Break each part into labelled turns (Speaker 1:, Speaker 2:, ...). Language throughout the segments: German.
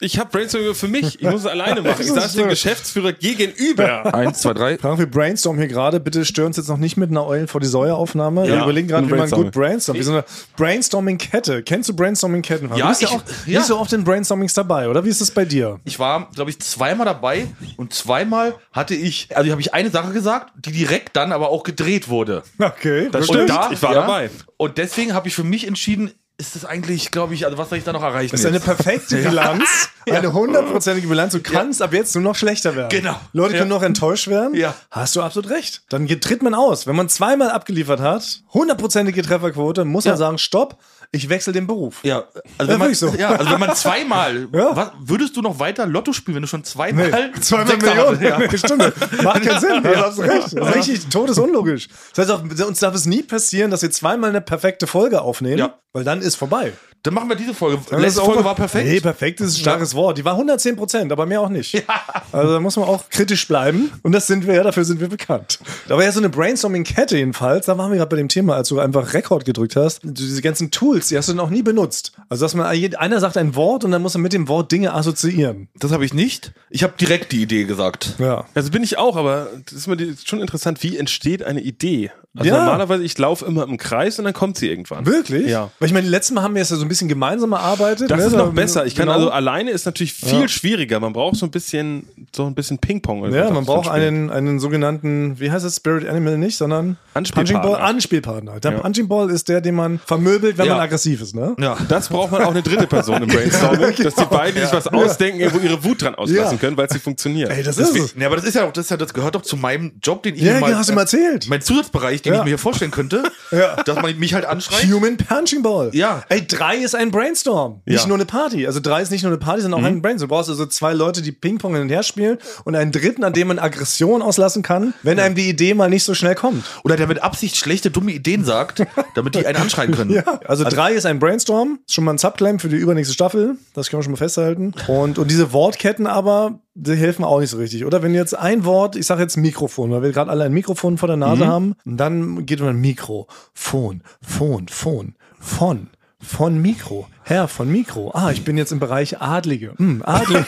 Speaker 1: Ich habe Brainstorming für mich. Ich muss es alleine machen. Ich saß dem Geschäftsführer gegenüber.
Speaker 2: Eins, zwei, drei.
Speaker 3: Frank, wir brainstormen hier gerade. Bitte stören uns jetzt noch nicht mit einer Eulen vor die Säueaufnahme.
Speaker 1: Ja.
Speaker 3: Wir überlegen gerade,
Speaker 2: Nur
Speaker 3: wie man
Speaker 2: Brainstorming.
Speaker 3: gut brainstormt. Wir sind eine Brainstorming-Kette. Kennst du Brainstorming-Ketten? Frank?
Speaker 2: Ja,
Speaker 3: du bist ja,
Speaker 2: ich-
Speaker 3: auch,
Speaker 2: ja.
Speaker 3: nicht so oft in Brainstormings dabei, oder? Wie ist es bei dir?
Speaker 2: Ich war, glaube ich, zweimal dabei und zweimal hatte ich, also habe ich eine Sache gesagt, die direkt dann aber auch gedreht wurde.
Speaker 3: Okay, das
Speaker 1: stimmt.
Speaker 3: stimmt.
Speaker 1: da- ich war dabei.
Speaker 2: Und deswegen habe ich für mich entschieden, ist das eigentlich, glaube ich, also was soll ich da noch erreichen?
Speaker 3: Das ist eine
Speaker 2: jetzt?
Speaker 3: perfekte Bilanz, eine hundertprozentige Bilanz. Du kannst ab jetzt nur noch schlechter werden.
Speaker 2: Genau.
Speaker 3: Leute
Speaker 2: Ja.
Speaker 3: können noch enttäuscht werden.
Speaker 2: Ja.
Speaker 3: Hast du absolut recht. Dann geht- tritt man aus. Wenn man zweimal abgeliefert hat, hundertprozentige Trefferquote, muss man sagen, stopp, ich wechsle den Beruf.
Speaker 2: ja, also
Speaker 3: Ja,
Speaker 2: wenn man,
Speaker 3: wirklich so.
Speaker 2: ja, also wenn man zweimal,
Speaker 3: Ja.
Speaker 2: was, würdest du noch weiter Lotto spielen, wenn du schon zweimal,
Speaker 3: Nee, zweimal
Speaker 2: Sechser
Speaker 3: Millionen.
Speaker 2: hattest? Halt. Ja.
Speaker 3: Nee, Stimmt. Macht keinen Sinn. Du hast recht. Das ist richtig todesunlogisch. Das heißt auch, uns darf es nie passieren, dass wir zweimal eine perfekte Folge aufnehmen,
Speaker 2: Ja.
Speaker 3: weil dann ist vorbei.
Speaker 2: Dann machen wir diese Folge.
Speaker 3: Dann
Speaker 2: Letzte
Speaker 3: ist auch-
Speaker 2: Folge war perfekt.
Speaker 3: Nee, perfekt ist ein starkes Wort. Die war 110 Prozent, aber mehr auch nicht. Also da muss man auch kritisch bleiben. Und das sind wir, ja, dafür sind wir bekannt. Da war ja so eine Brainstorming-Kette jedenfalls. Da waren wir gerade bei dem Thema, als du einfach Rekord gedrückt hast. Du- Diese ganzen Tools, die hast du noch nie benutzt. Also, dass man, einer sagt ein Wort und dann muss man mit dem Wort Dinge assoziieren.
Speaker 2: Das habe ich nicht. Ich habe direkt die Idee gesagt.
Speaker 3: Ja.
Speaker 1: Also bin ich auch, aber das ist mir die- schon interessant, wie entsteht eine Idee. Also
Speaker 3: Ja.
Speaker 1: normalerweise, ich laufe immer im Kreis und dann kommt sie irgendwann.
Speaker 3: Wirklich?
Speaker 1: Ja.
Speaker 3: Weil ich meine, die letzten Mal haben wir es ja so ein bisschen gemeinsam erarbeitet.
Speaker 1: Das
Speaker 3: ne?
Speaker 1: ist
Speaker 3: Da-
Speaker 1: noch besser. Ich kann
Speaker 3: genau.
Speaker 1: also alleine ist natürlich viel schwieriger. Man braucht so ein bisschen so ein bisschen Ping-Pong. oder
Speaker 3: Ja,
Speaker 1: so
Speaker 3: man
Speaker 1: zum
Speaker 3: braucht
Speaker 1: Spielen.
Speaker 3: einen, einen sogenannten, wie heißt es, Spirit Animal nicht, sondern
Speaker 1: Anspielpartner.
Speaker 3: Punching Ball, Anspielpartner. Der
Speaker 1: Ja.
Speaker 3: Punching Ball ist der, den man vermöbelt, wenn
Speaker 2: Ja.
Speaker 3: man aggressiv ist, ne?
Speaker 2: Ja.
Speaker 1: Das braucht man auch eine dritte Person im Brainstorming, dass die beiden sich was ausdenken, irgendwo ihre Wut dran auslassen
Speaker 3: Genau. Ja.
Speaker 1: können, weil sie funktioniert.
Speaker 3: Ey, das
Speaker 2: Deswegen,
Speaker 3: ist es.
Speaker 2: ja, aber das ist ja auch, das, ist ja, das gehört doch zu meinem Job, den ich
Speaker 3: Ja,
Speaker 2: mir mal, äh,
Speaker 3: ja, hast du mir erzählt.
Speaker 2: mein Zusatzbereich, den
Speaker 3: Ja.
Speaker 2: ich mir hier vorstellen könnte,
Speaker 3: Ja.
Speaker 2: dass man mich halt anschreit.
Speaker 3: Human Punching Ball.
Speaker 2: Ja.
Speaker 3: Ey, drei ist ein Brainstorm. Nicht
Speaker 1: Ja. Mhm.
Speaker 3: nur eine Party. Also drei ist nicht nur eine Party, sondern auch ein Brainstorm. Du brauchst also zwei Leute, die Ping-Pong hin und her spielen und einen dritten, an dem man Aggression auslassen kann, wenn einem die Idee mal nicht so schnell kommt.
Speaker 2: Oder der mit Absicht schlechte, dumme Ideen sagt, damit die einen anschreien können.
Speaker 3: Also, drei ist ein Brainstorm, ist schon mal ein Subclaim für die übernächste Staffel. Das können wir schon mal festhalten. Und, und diese Wortketten aber, die helfen auch nicht so richtig, oder? Wenn jetzt ein Wort, ich sage jetzt Mikrofon, weil wir gerade alle ein Mikrofon vor der Nase haben, dann geht man Mikro, Phon, Phon, Phon, von. Von Mikro, Herr von Mikro. Ah, ich bin jetzt im Bereich Adlige. Hm, Adlige.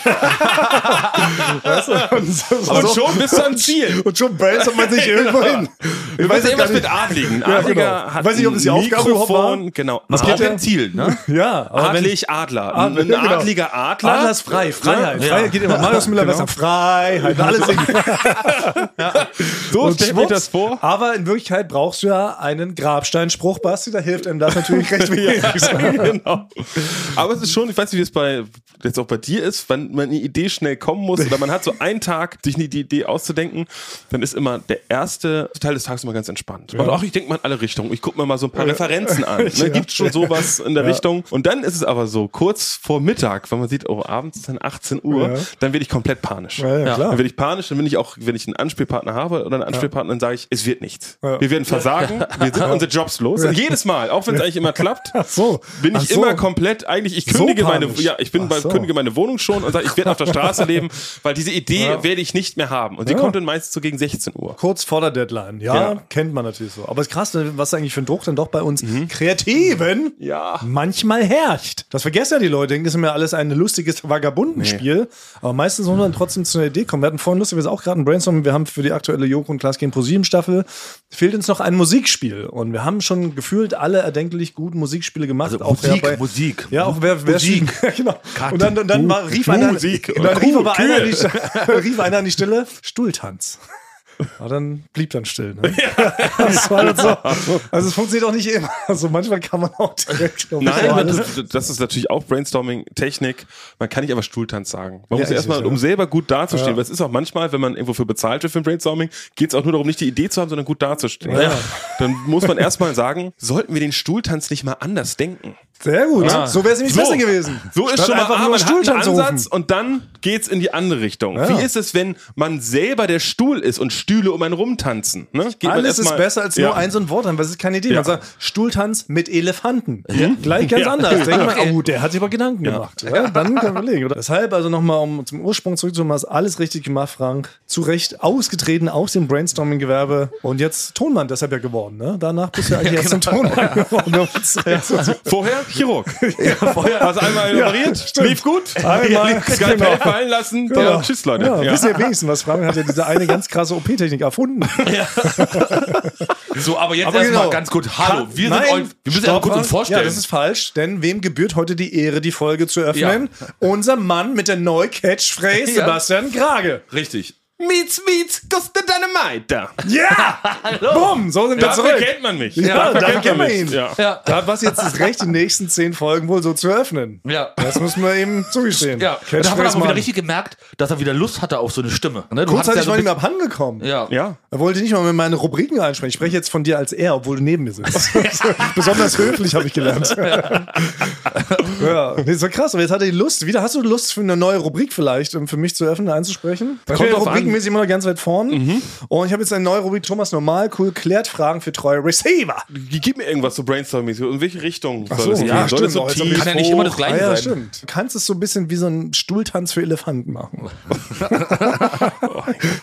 Speaker 3: Weißt du? Und so-
Speaker 1: Und
Speaker 3: so-
Speaker 1: schon bist du am Ziel.
Speaker 3: und schon brainstormt man sich irgendwo hin.
Speaker 1: Ich weiß
Speaker 3: jetzt gar
Speaker 1: irgendwas mit Adligen. Adliger
Speaker 3: genau.
Speaker 1: hat
Speaker 3: Weiß nicht, ob das die
Speaker 1: ein
Speaker 3: Aufgabe überhaupt
Speaker 1: Mikrofon,
Speaker 3: war.
Speaker 1: Genau.
Speaker 2: Das
Speaker 1: Adler-
Speaker 2: geht ja ein Ziel, ne?
Speaker 3: Ja, aber wenn-
Speaker 1: Adlig Adler.
Speaker 3: Adler,
Speaker 1: Ein
Speaker 3: ja, genau.
Speaker 1: adliger Adler.
Speaker 3: Adler ist frei, Freiheit.
Speaker 2: Ja.
Speaker 3: Freiheit geht immer. Marius Müller-Western,
Speaker 1: genau.
Speaker 3: Freiheit. Alles singen.
Speaker 1: So
Speaker 3: Und
Speaker 1: stellt mir
Speaker 3: schwupps,
Speaker 1: das vor.
Speaker 3: Aber in Wirklichkeit brauchst du ja einen Grabsteinspruch, Basti. Da hilft einem das natürlich recht wenig.
Speaker 1: genau. Aber es ist schon, ich weiß nicht, wie es bei jetzt auch bei dir ist, wenn man eine Idee schnell kommen muss oder man hat so einen Tag, sich eine die Idee auszudenken, dann ist immer der erste Teil des Tages immer ganz entspannt. Und auch ich denke mal in alle Richtungen. Ich gucke mir mal so ein paar Referenzen an. Ne? Gibt schon sowas in der Richtung? Und dann ist es aber so, kurz vor Mittag, wenn man sieht, oh, abends ist dann 18 Uhr,
Speaker 3: Ja.
Speaker 1: dann werde ich komplett panisch.
Speaker 3: Ja, ja, klar.
Speaker 1: Dann werde ich panisch, dann bin ich auch, wenn ich einen Anspielpartner habe oder einen Anspielpartner, dann sage ich, es wird nichts.
Speaker 3: Ja.
Speaker 1: Wir werden versagen, wir sind unsere Jobs los. Jedes Mal, auch wenn es eigentlich immer klappt
Speaker 3: Ach so.
Speaker 1: bin
Speaker 3: Ach
Speaker 1: ich
Speaker 3: so.
Speaker 1: immer komplett eigentlich ich
Speaker 3: So
Speaker 1: kündige meine
Speaker 3: panisch.
Speaker 1: ja ich bin
Speaker 3: Ach
Speaker 1: beim
Speaker 3: so.
Speaker 1: kündige meine Wohnung schon und sage ich werde auf der Straße leben weil diese Idee werde ich nicht mehr haben und die
Speaker 3: Ja.
Speaker 1: kommt dann meistens so gegen 16 Uhr
Speaker 3: Kurz vor der Deadline. Ja,
Speaker 1: Genau.
Speaker 3: kennt man natürlich so. Aber es ist krass, was eigentlich für ein Druck dann doch bei uns
Speaker 2: Mhm.
Speaker 3: Kreativen
Speaker 1: Ja.
Speaker 3: manchmal herrscht. Das vergessen ja die Leute, denken, das ist mir alles ein lustiges Vagabundenspiel. Aber meistens muss man
Speaker 2: Mhm.
Speaker 3: trotzdem zu einer Idee kommen. Wir hatten vorhin lustigerweise auch gerade ein Brainstorm. Wir haben für die aktuelle Joko und Klaas gegen ProSieben Staffel fehlt uns noch ein Musikspiel. Und wir haben schon gefühlt alle erdenklich guten Musikspiele gemacht.
Speaker 2: Also
Speaker 3: wer
Speaker 2: Musik, Musik.
Speaker 3: Ja, auch wer, wer
Speaker 2: Musik.
Speaker 3: Ja, genau. Und dann, und dann war, rief einer,
Speaker 1: Musik.
Speaker 3: und dann rief
Speaker 1: Kuh,
Speaker 3: aber einer,
Speaker 1: Kühe.
Speaker 3: die, rief einer an die Stelle, Stuhltanz. Aber dann blieb dann still. Ne? Das war dann so. Also es funktioniert auch nicht immer. Also manchmal kann man auch direkt.
Speaker 1: Nein,
Speaker 3: so
Speaker 1: man,
Speaker 3: alles-
Speaker 1: das, das ist natürlich auch Brainstorming-Technik. Man kann nicht einfach Stuhltanz sagen. Man
Speaker 3: Ja,
Speaker 1: muss ja,
Speaker 3: ist
Speaker 1: erstmal,
Speaker 3: es, ja.
Speaker 1: um selber gut dazustehen, weil es ist auch manchmal, wenn man irgendwo für bezahlt wird für ein Brainstorming, geht es auch nur darum, nicht die Idee zu haben, sondern gut dazustehen.
Speaker 3: Ja.
Speaker 1: Dann muss man erstmal sagen, sollten wir den Stuhltanz nicht mal anders denken?
Speaker 3: Sehr gut.
Speaker 1: Ja.
Speaker 3: So wäre es nämlich
Speaker 1: So.
Speaker 3: besser gewesen.
Speaker 1: So ist
Speaker 3: Statt
Speaker 1: schon mal
Speaker 3: einfach
Speaker 1: ah,
Speaker 3: nur
Speaker 1: man hat einen
Speaker 3: Stuhltanz
Speaker 1: Ansatz
Speaker 3: rufen.
Speaker 1: und dann geht's in die andere Richtung.
Speaker 3: Ja.
Speaker 1: Wie ist es, wenn man selber der Stuhl ist und Stühle um einen rumtanzen. Ne? Geht man
Speaker 3: Alles
Speaker 1: erst
Speaker 3: ist
Speaker 1: mal-
Speaker 3: besser als
Speaker 1: ja.
Speaker 3: nur ein so ein Wort haben, weil es ist keine Idee.
Speaker 1: Ja. Mhm.
Speaker 3: Man sagt Stuhltanz mit Elefanten. Gleich ganz anders. Denkt man, oh, der hat sich aber Gedanken gemacht. Ja, dann kann man überlegen. Oder? Deshalb also nochmal, um zum Ursprung zurückzukommen, hast alles richtig gemacht, Frank. Zu Recht ausgetreten aus dem Brainstorming-Gewerbe und jetzt Tonmann deshalb ja geworden. Ne? Danach bist du ja eigentlich erst zum
Speaker 1: Genau.
Speaker 3: Tonmann geworden.
Speaker 1: Vorher Chirurg. vorher. Hast einmal operiert,
Speaker 3: stimmt.
Speaker 1: lief gut.
Speaker 3: Einmal,
Speaker 1: lief Skype
Speaker 3: genau.
Speaker 1: fallen lassen. Dann
Speaker 3: Ja.
Speaker 1: Tschüss, Leute.
Speaker 3: Ja,
Speaker 1: Ja.
Speaker 3: Wisst ihr wenigstens, was Frank hat ja diese eine ganz krasse OP-Technik erfunden.
Speaker 2: So, aber jetzt
Speaker 3: Aber
Speaker 2: erstmal
Speaker 3: genau.
Speaker 2: ganz kurz. Hallo, wir,
Speaker 3: Nein,
Speaker 2: sind euch, wir müssen einmal
Speaker 3: stopp.
Speaker 2: kurz uns vorstellen.
Speaker 3: Ja, das ist falsch, denn wem gebührt heute die Ehre, die Folge zu öffnen? Unser Mann mit der Neu-Catchphrase,
Speaker 2: Ja.
Speaker 3: Sebastian Grage.
Speaker 2: richtig.
Speaker 1: Meets, meets, Guste Dynamite.
Speaker 3: Ja! Bumm, so sind wir
Speaker 1: Dafür
Speaker 3: zurück.
Speaker 1: kennt man mich.
Speaker 3: Ja,
Speaker 1: Dafür
Speaker 3: dafür kennen wir ihn.
Speaker 1: mich. Ja.
Speaker 2: Ja,
Speaker 3: Da was jetzt das Recht, die nächsten zehn Folgen wohl so zu öffnen.
Speaker 2: ja.
Speaker 3: Das müssen wir eben zugestehen.
Speaker 2: Ja, da hat man
Speaker 3: Catchphrase
Speaker 2: aber
Speaker 3: Mann.
Speaker 2: wieder richtig gemerkt, dass er wieder Lust hatte auf so eine Stimme. Ne? Du hattest
Speaker 3: Kurzzeitig
Speaker 2: so
Speaker 3: war
Speaker 2: ein
Speaker 3: ich mir abhandengekommen.
Speaker 2: bisschen- ja.
Speaker 1: Ja.
Speaker 3: Er wollte nicht mal mit meine Rubriken einsprechen. Ich spreche jetzt von dir als er, obwohl du neben mir sitzt. Besonders höflich habe ich gelernt. ja, nee, so krass. Aber jetzt hat er die Lust. Wieder hast du Lust für eine neue Rubrik vielleicht, um für mich zu öffnen, einzusprechen? Kommt
Speaker 1: Kommt drauf an. Mhm.
Speaker 3: rubrikenmäßig immer noch ganz weit vorn. Und ich habe jetzt eine neue Rubrik. Thomas normal, cool, klärt Fragen für treue Receiver.
Speaker 1: Gib mir irgendwas so brainstorming. In welche Richtung soll
Speaker 3: So,
Speaker 1: das gehen?
Speaker 3: ja,
Speaker 1: Soll das so
Speaker 3: stimmt. Jetzt
Speaker 1: tief?
Speaker 3: hab
Speaker 2: Kann
Speaker 3: ich-
Speaker 2: ja nicht immer das
Speaker 3: Ah,
Speaker 2: Gleiche
Speaker 3: ja,
Speaker 2: sein.
Speaker 3: stimmt. Du kannst es so ein bisschen wie so ein Stuhltanz für Elefanten machen.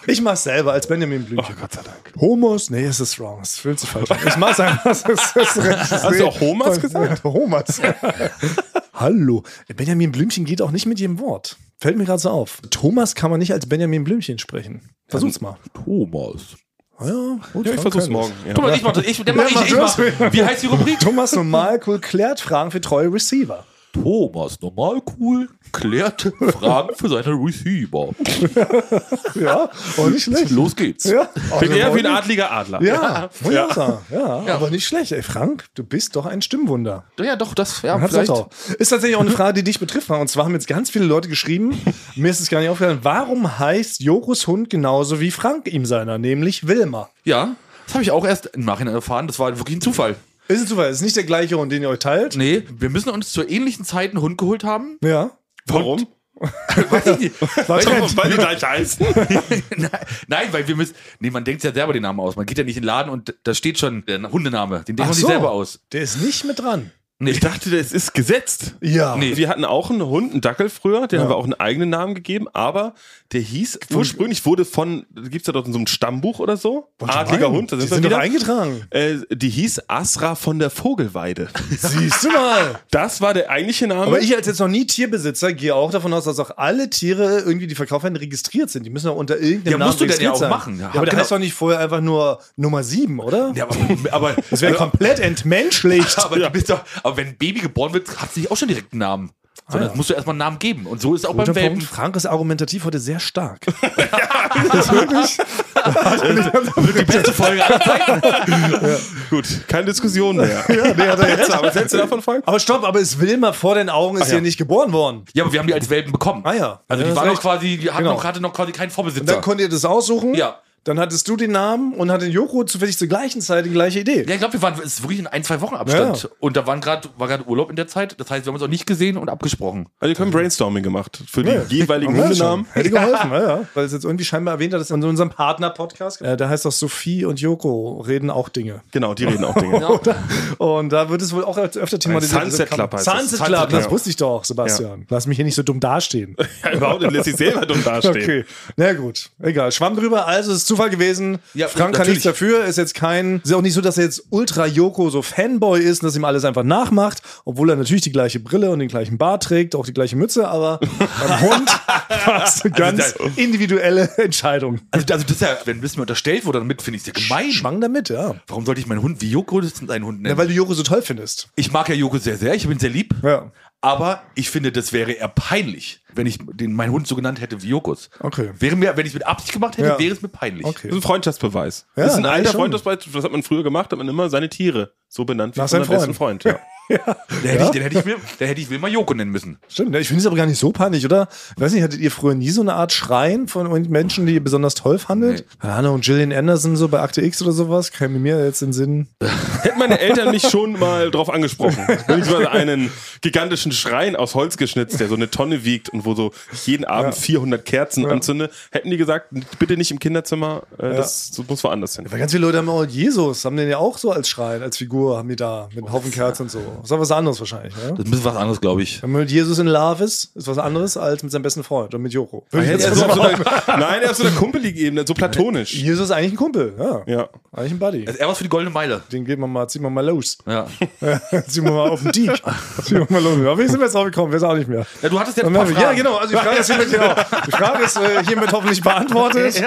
Speaker 3: ich mach's selber als Benjamin Blümchen.
Speaker 1: Oh, Gott sei Dank.
Speaker 3: Homos? Nee, es ist wrong. Es fühlt sich falsch an. Ich mach's einfach. Es ist, es ist recht.
Speaker 1: Hast du auch Homers gesagt?
Speaker 3: Homers. Hallo. Benjamin Blümchen geht auch nicht mit jedem Wort. Fällt mir gerade so auf. Thomas kann man nicht als Benjamin Blümchen sprechen. Versuch's mal.
Speaker 2: Thomas.
Speaker 3: Ah Ja, gut,
Speaker 1: Ja, ich versuch's
Speaker 3: dann können wir's.
Speaker 1: morgen. Ja.
Speaker 2: Guck mal, ich mach das. Ich, der mach ich,
Speaker 3: mach
Speaker 2: ich
Speaker 3: du
Speaker 2: mach. Wie heißt die Rubrik?
Speaker 3: Thomas normal cool klärt Fragen für treue Receiver.
Speaker 2: Thomas, normal cool, klärt Fragen für seine Receiver.
Speaker 3: Ja, und nicht schlecht.
Speaker 2: Los geht's.
Speaker 3: Ja,
Speaker 1: Bin eher wie ein adliger Adler.
Speaker 3: ja, ja. Ja.
Speaker 2: Ja.
Speaker 3: aber nicht schlecht. Ey, Frank, du bist doch ein Stimmwunder.
Speaker 2: Ja, doch, das ja,
Speaker 3: Hat's
Speaker 2: vielleicht.
Speaker 3: auch. Ist tatsächlich auch eine Frage, die dich betrifft. Und zwar haben jetzt ganz viele Leute geschrieben, mir ist es gar nicht aufgefallen, warum heißt Jorus Hund genauso wie Frank ihm seiner, nämlich Wilma?
Speaker 2: Ja, das habe ich auch erst im Nachhinein erfahren. Das war wirklich ein Zufall.
Speaker 3: Ist ein Zufall, ist nicht der gleiche Hund, den ihr euch teilt.
Speaker 2: Nee, wir müssen uns zur ähnlichen Zeit einen Hund geholt haben.
Speaker 3: Ja.
Speaker 1: Warum?
Speaker 2: Weiß ich nicht. Weiß ich
Speaker 1: Weil die gleich heißen.
Speaker 2: Nein, Nein, weil wir müssen. Nee, man denkt ja selber den Namen aus. Man geht ja nicht in den Laden und da steht schon der Hundename. Den denkt man sich selber aus.
Speaker 3: Der ist nicht mit dran.
Speaker 2: Nee,
Speaker 1: Ich dachte, das ist gesetzt.
Speaker 3: Ja.
Speaker 2: Nee.
Speaker 1: Wir hatten auch einen Hund, einen Dackel früher, den haben wir auch einen eigenen Namen gegeben, aber der hieß, ursprünglich wurde von, gibt's da dort in so einem Stammbuch oder so? Adliger Hund, da
Speaker 3: Die
Speaker 1: sind
Speaker 3: sind
Speaker 1: wir
Speaker 3: doch
Speaker 1: wieder.
Speaker 3: eingetragen.
Speaker 1: Äh, die hieß Asra von der Vogelweide.
Speaker 3: Siehst du mal.
Speaker 1: Das war der eigentliche Name.
Speaker 3: Aber ich als jetzt noch nie Tierbesitzer gehe auch davon aus, dass auch alle Tiere irgendwie, die verkauft werden, registriert sind. Die müssen doch unter irgendeinem
Speaker 2: Ja,
Speaker 3: Namen
Speaker 2: musst du denn ja
Speaker 3: registriert
Speaker 2: auch
Speaker 3: sein.
Speaker 2: machen.
Speaker 3: Ja,
Speaker 2: Ja,
Speaker 3: aber der
Speaker 2: genau.
Speaker 3: heißt doch nicht vorher einfach nur Nummer 7, oder?
Speaker 2: Ja, aber, aber,
Speaker 3: Das wäre komplett entmenschlicht.
Speaker 2: aber, du bist doch, aber wenn ein Baby geboren wird, hat es nicht auch schon direkt einen Namen. Sondern musst du erstmal einen Namen geben. Und so ist es auch beim
Speaker 3: Ah, Guter Punkt.
Speaker 2: Welpen.
Speaker 3: Frank ist argumentativ heute sehr stark.
Speaker 2: Die beste Folge aller Zeiten.
Speaker 1: Gut, keine Diskussion mehr. ja,
Speaker 3: nee, hat er recht.
Speaker 1: Aber was hältst du davon, Frank?
Speaker 3: Aber stopp, aber es Wilma vor den Augen ist hier nicht geboren worden.
Speaker 2: Ja, aber wir haben die als Welpen bekommen.
Speaker 3: Ah ja.
Speaker 2: Also
Speaker 3: Ja, das
Speaker 2: die war noch
Speaker 3: reicht.
Speaker 2: quasi, die hat
Speaker 3: Genau.
Speaker 2: noch, hatte noch quasi keinen
Speaker 3: Dann
Speaker 2: Vorbesitzer.
Speaker 3: konntet ihr das aussuchen.
Speaker 2: Ja.
Speaker 3: Dann hattest du den Namen und hatte Joko zufällig zur gleichen Zeit die gleiche Idee.
Speaker 2: Ja, ich glaube, wir waren es ist wirklich in ein, zwei Wochen Abstand.
Speaker 3: Ja.
Speaker 2: Und da waren grad, war gerade Urlaub in der Zeit. Das heißt, wir haben uns auch nicht gesehen und abgesprochen.
Speaker 1: Also, wir haben Brainstorming gemacht für die
Speaker 3: Nee.
Speaker 1: jeweiligen
Speaker 3: Ja,
Speaker 1: Hundenamen.
Speaker 3: schon. Hätte geholfen, ja. ja. Weil es jetzt irgendwie scheinbar erwähnt hat, dass in unserem Partner-Podcast, äh, da heißt doch Sophie und Joko reden auch Dinge.
Speaker 1: Genau, die reden auch Dinge.
Speaker 3: Und da wird es wohl auch öfter thematisiert.
Speaker 1: Sunset Club heißt es.
Speaker 3: Sunset Club,
Speaker 1: Sunset
Speaker 3: das
Speaker 1: Club.
Speaker 3: wusste ich doch, Sebastian. Lass mich hier nicht so dumm dastehen.
Speaker 1: Ja, überhaupt nicht, lässt sich selber dumm dastehen.
Speaker 3: Okay, na gut, egal. Schwamm drüber, also es ist Zufall gewesen.
Speaker 2: Ja,
Speaker 3: Frank kann
Speaker 2: natürlich.
Speaker 3: nichts dafür, ist jetzt kein. Ist ja auch nicht so, dass er jetzt ultra Joko so Fanboy ist und dass ihm alles einfach nachmacht, obwohl er natürlich die gleiche Brille und den gleichen Bart trägt, auch die gleiche Mütze, aber beim Hund war es eine ganz
Speaker 2: Also da-
Speaker 3: individuelle Entscheidung.
Speaker 2: Also, also das ist ja, wenn ein bisschen unterstellt wurde, damit finde ich es ja gemein.
Speaker 3: Schwang damit, ja.
Speaker 2: Warum sollte ich meinen Hund wie Joko seinen Hund nennen?
Speaker 3: ja. Weil du Joko so toll findest.
Speaker 2: ich mag ja Joko sehr, sehr. Ich bin sehr lieb.
Speaker 3: Ja.
Speaker 2: Aber ich finde, das wäre eher peinlich, wenn ich den, meinen Hund so genannt hätte wie Jokos.
Speaker 3: Okay.
Speaker 2: Wäre mir, wenn ich es mit Absicht gemacht hätte,
Speaker 3: Ja.
Speaker 2: wäre es mir peinlich.
Speaker 3: Okay.
Speaker 1: Das ist ein Freundschaftsbeweis.
Speaker 3: Ja,
Speaker 1: das ist ein
Speaker 3: nein,
Speaker 1: alter
Speaker 3: schon.
Speaker 1: Freundschaftsbeweis, das hat man früher gemacht, hat man immer seine Tiere so benannt wie
Speaker 3: Nach
Speaker 1: von
Speaker 3: seinem
Speaker 1: seinem besten Freund. Ja.
Speaker 2: Den hätte, ich, den, hätte ich Wil- den hätte ich Wilma Joko nennen müssen.
Speaker 3: Stimmt, ja, ich finde es aber gar nicht so peinlich, oder? Ich weiß nicht, hattet ihr früher nie so eine Art Schreien von irgendwelchen Menschen, die ihr besonders toll fandet?
Speaker 2: Nee.
Speaker 3: Keine Ahnung, Gillian Anderson so bei Akte X oder sowas, käme mir jetzt in den Sinn.
Speaker 1: Hätten meine Eltern mich schon mal drauf angesprochen. Beziehungsweise einen gigantischen Schrein aus Holz geschnitzt, der so eine Tonne wiegt und wo so jeden Abend 400 Kerzen anzünde, hätten die gesagt, bitte nicht im Kinderzimmer, äh, das so muss woanders hin.
Speaker 3: Weil ganz viele Leute haben auch Jesus, haben den ja auch so als Schrein, als Figur, haben die da, mit einem Haufen Kerzen und so. Oh, Das ist aber was anderes wahrscheinlich, ne?
Speaker 2: Das ist ein bisschen was anderes, glaube ich.
Speaker 3: Wenn man mit Jesus in Love ist, ist was anderes als mit seinem besten Freund und mit Joko.
Speaker 1: Er ist so auf so einer, nein, er ist so einer Kumpelig-Ebene, so platonisch.
Speaker 3: Jesus ist eigentlich ein Kumpel, ja. Also,
Speaker 1: Ja.
Speaker 3: Eigentlich ein Buddy.
Speaker 2: Das ist Also eher was für die goldene Meile.
Speaker 3: Den geben wir mal, ziehen wir mal los.
Speaker 2: Ja.
Speaker 3: ziehen wir mal auf den Diek. ziehen wir mal los. Auf wen sind wir jetzt drauf gekommen? Weiß auch nicht mehr.
Speaker 2: ja du hattest jetzt ein paar
Speaker 3: Ja,
Speaker 2: Fragen.
Speaker 3: genau. Also die Frage ist hiermit, genau. die Frage ist, äh, hiermit hoffentlich beantwortet.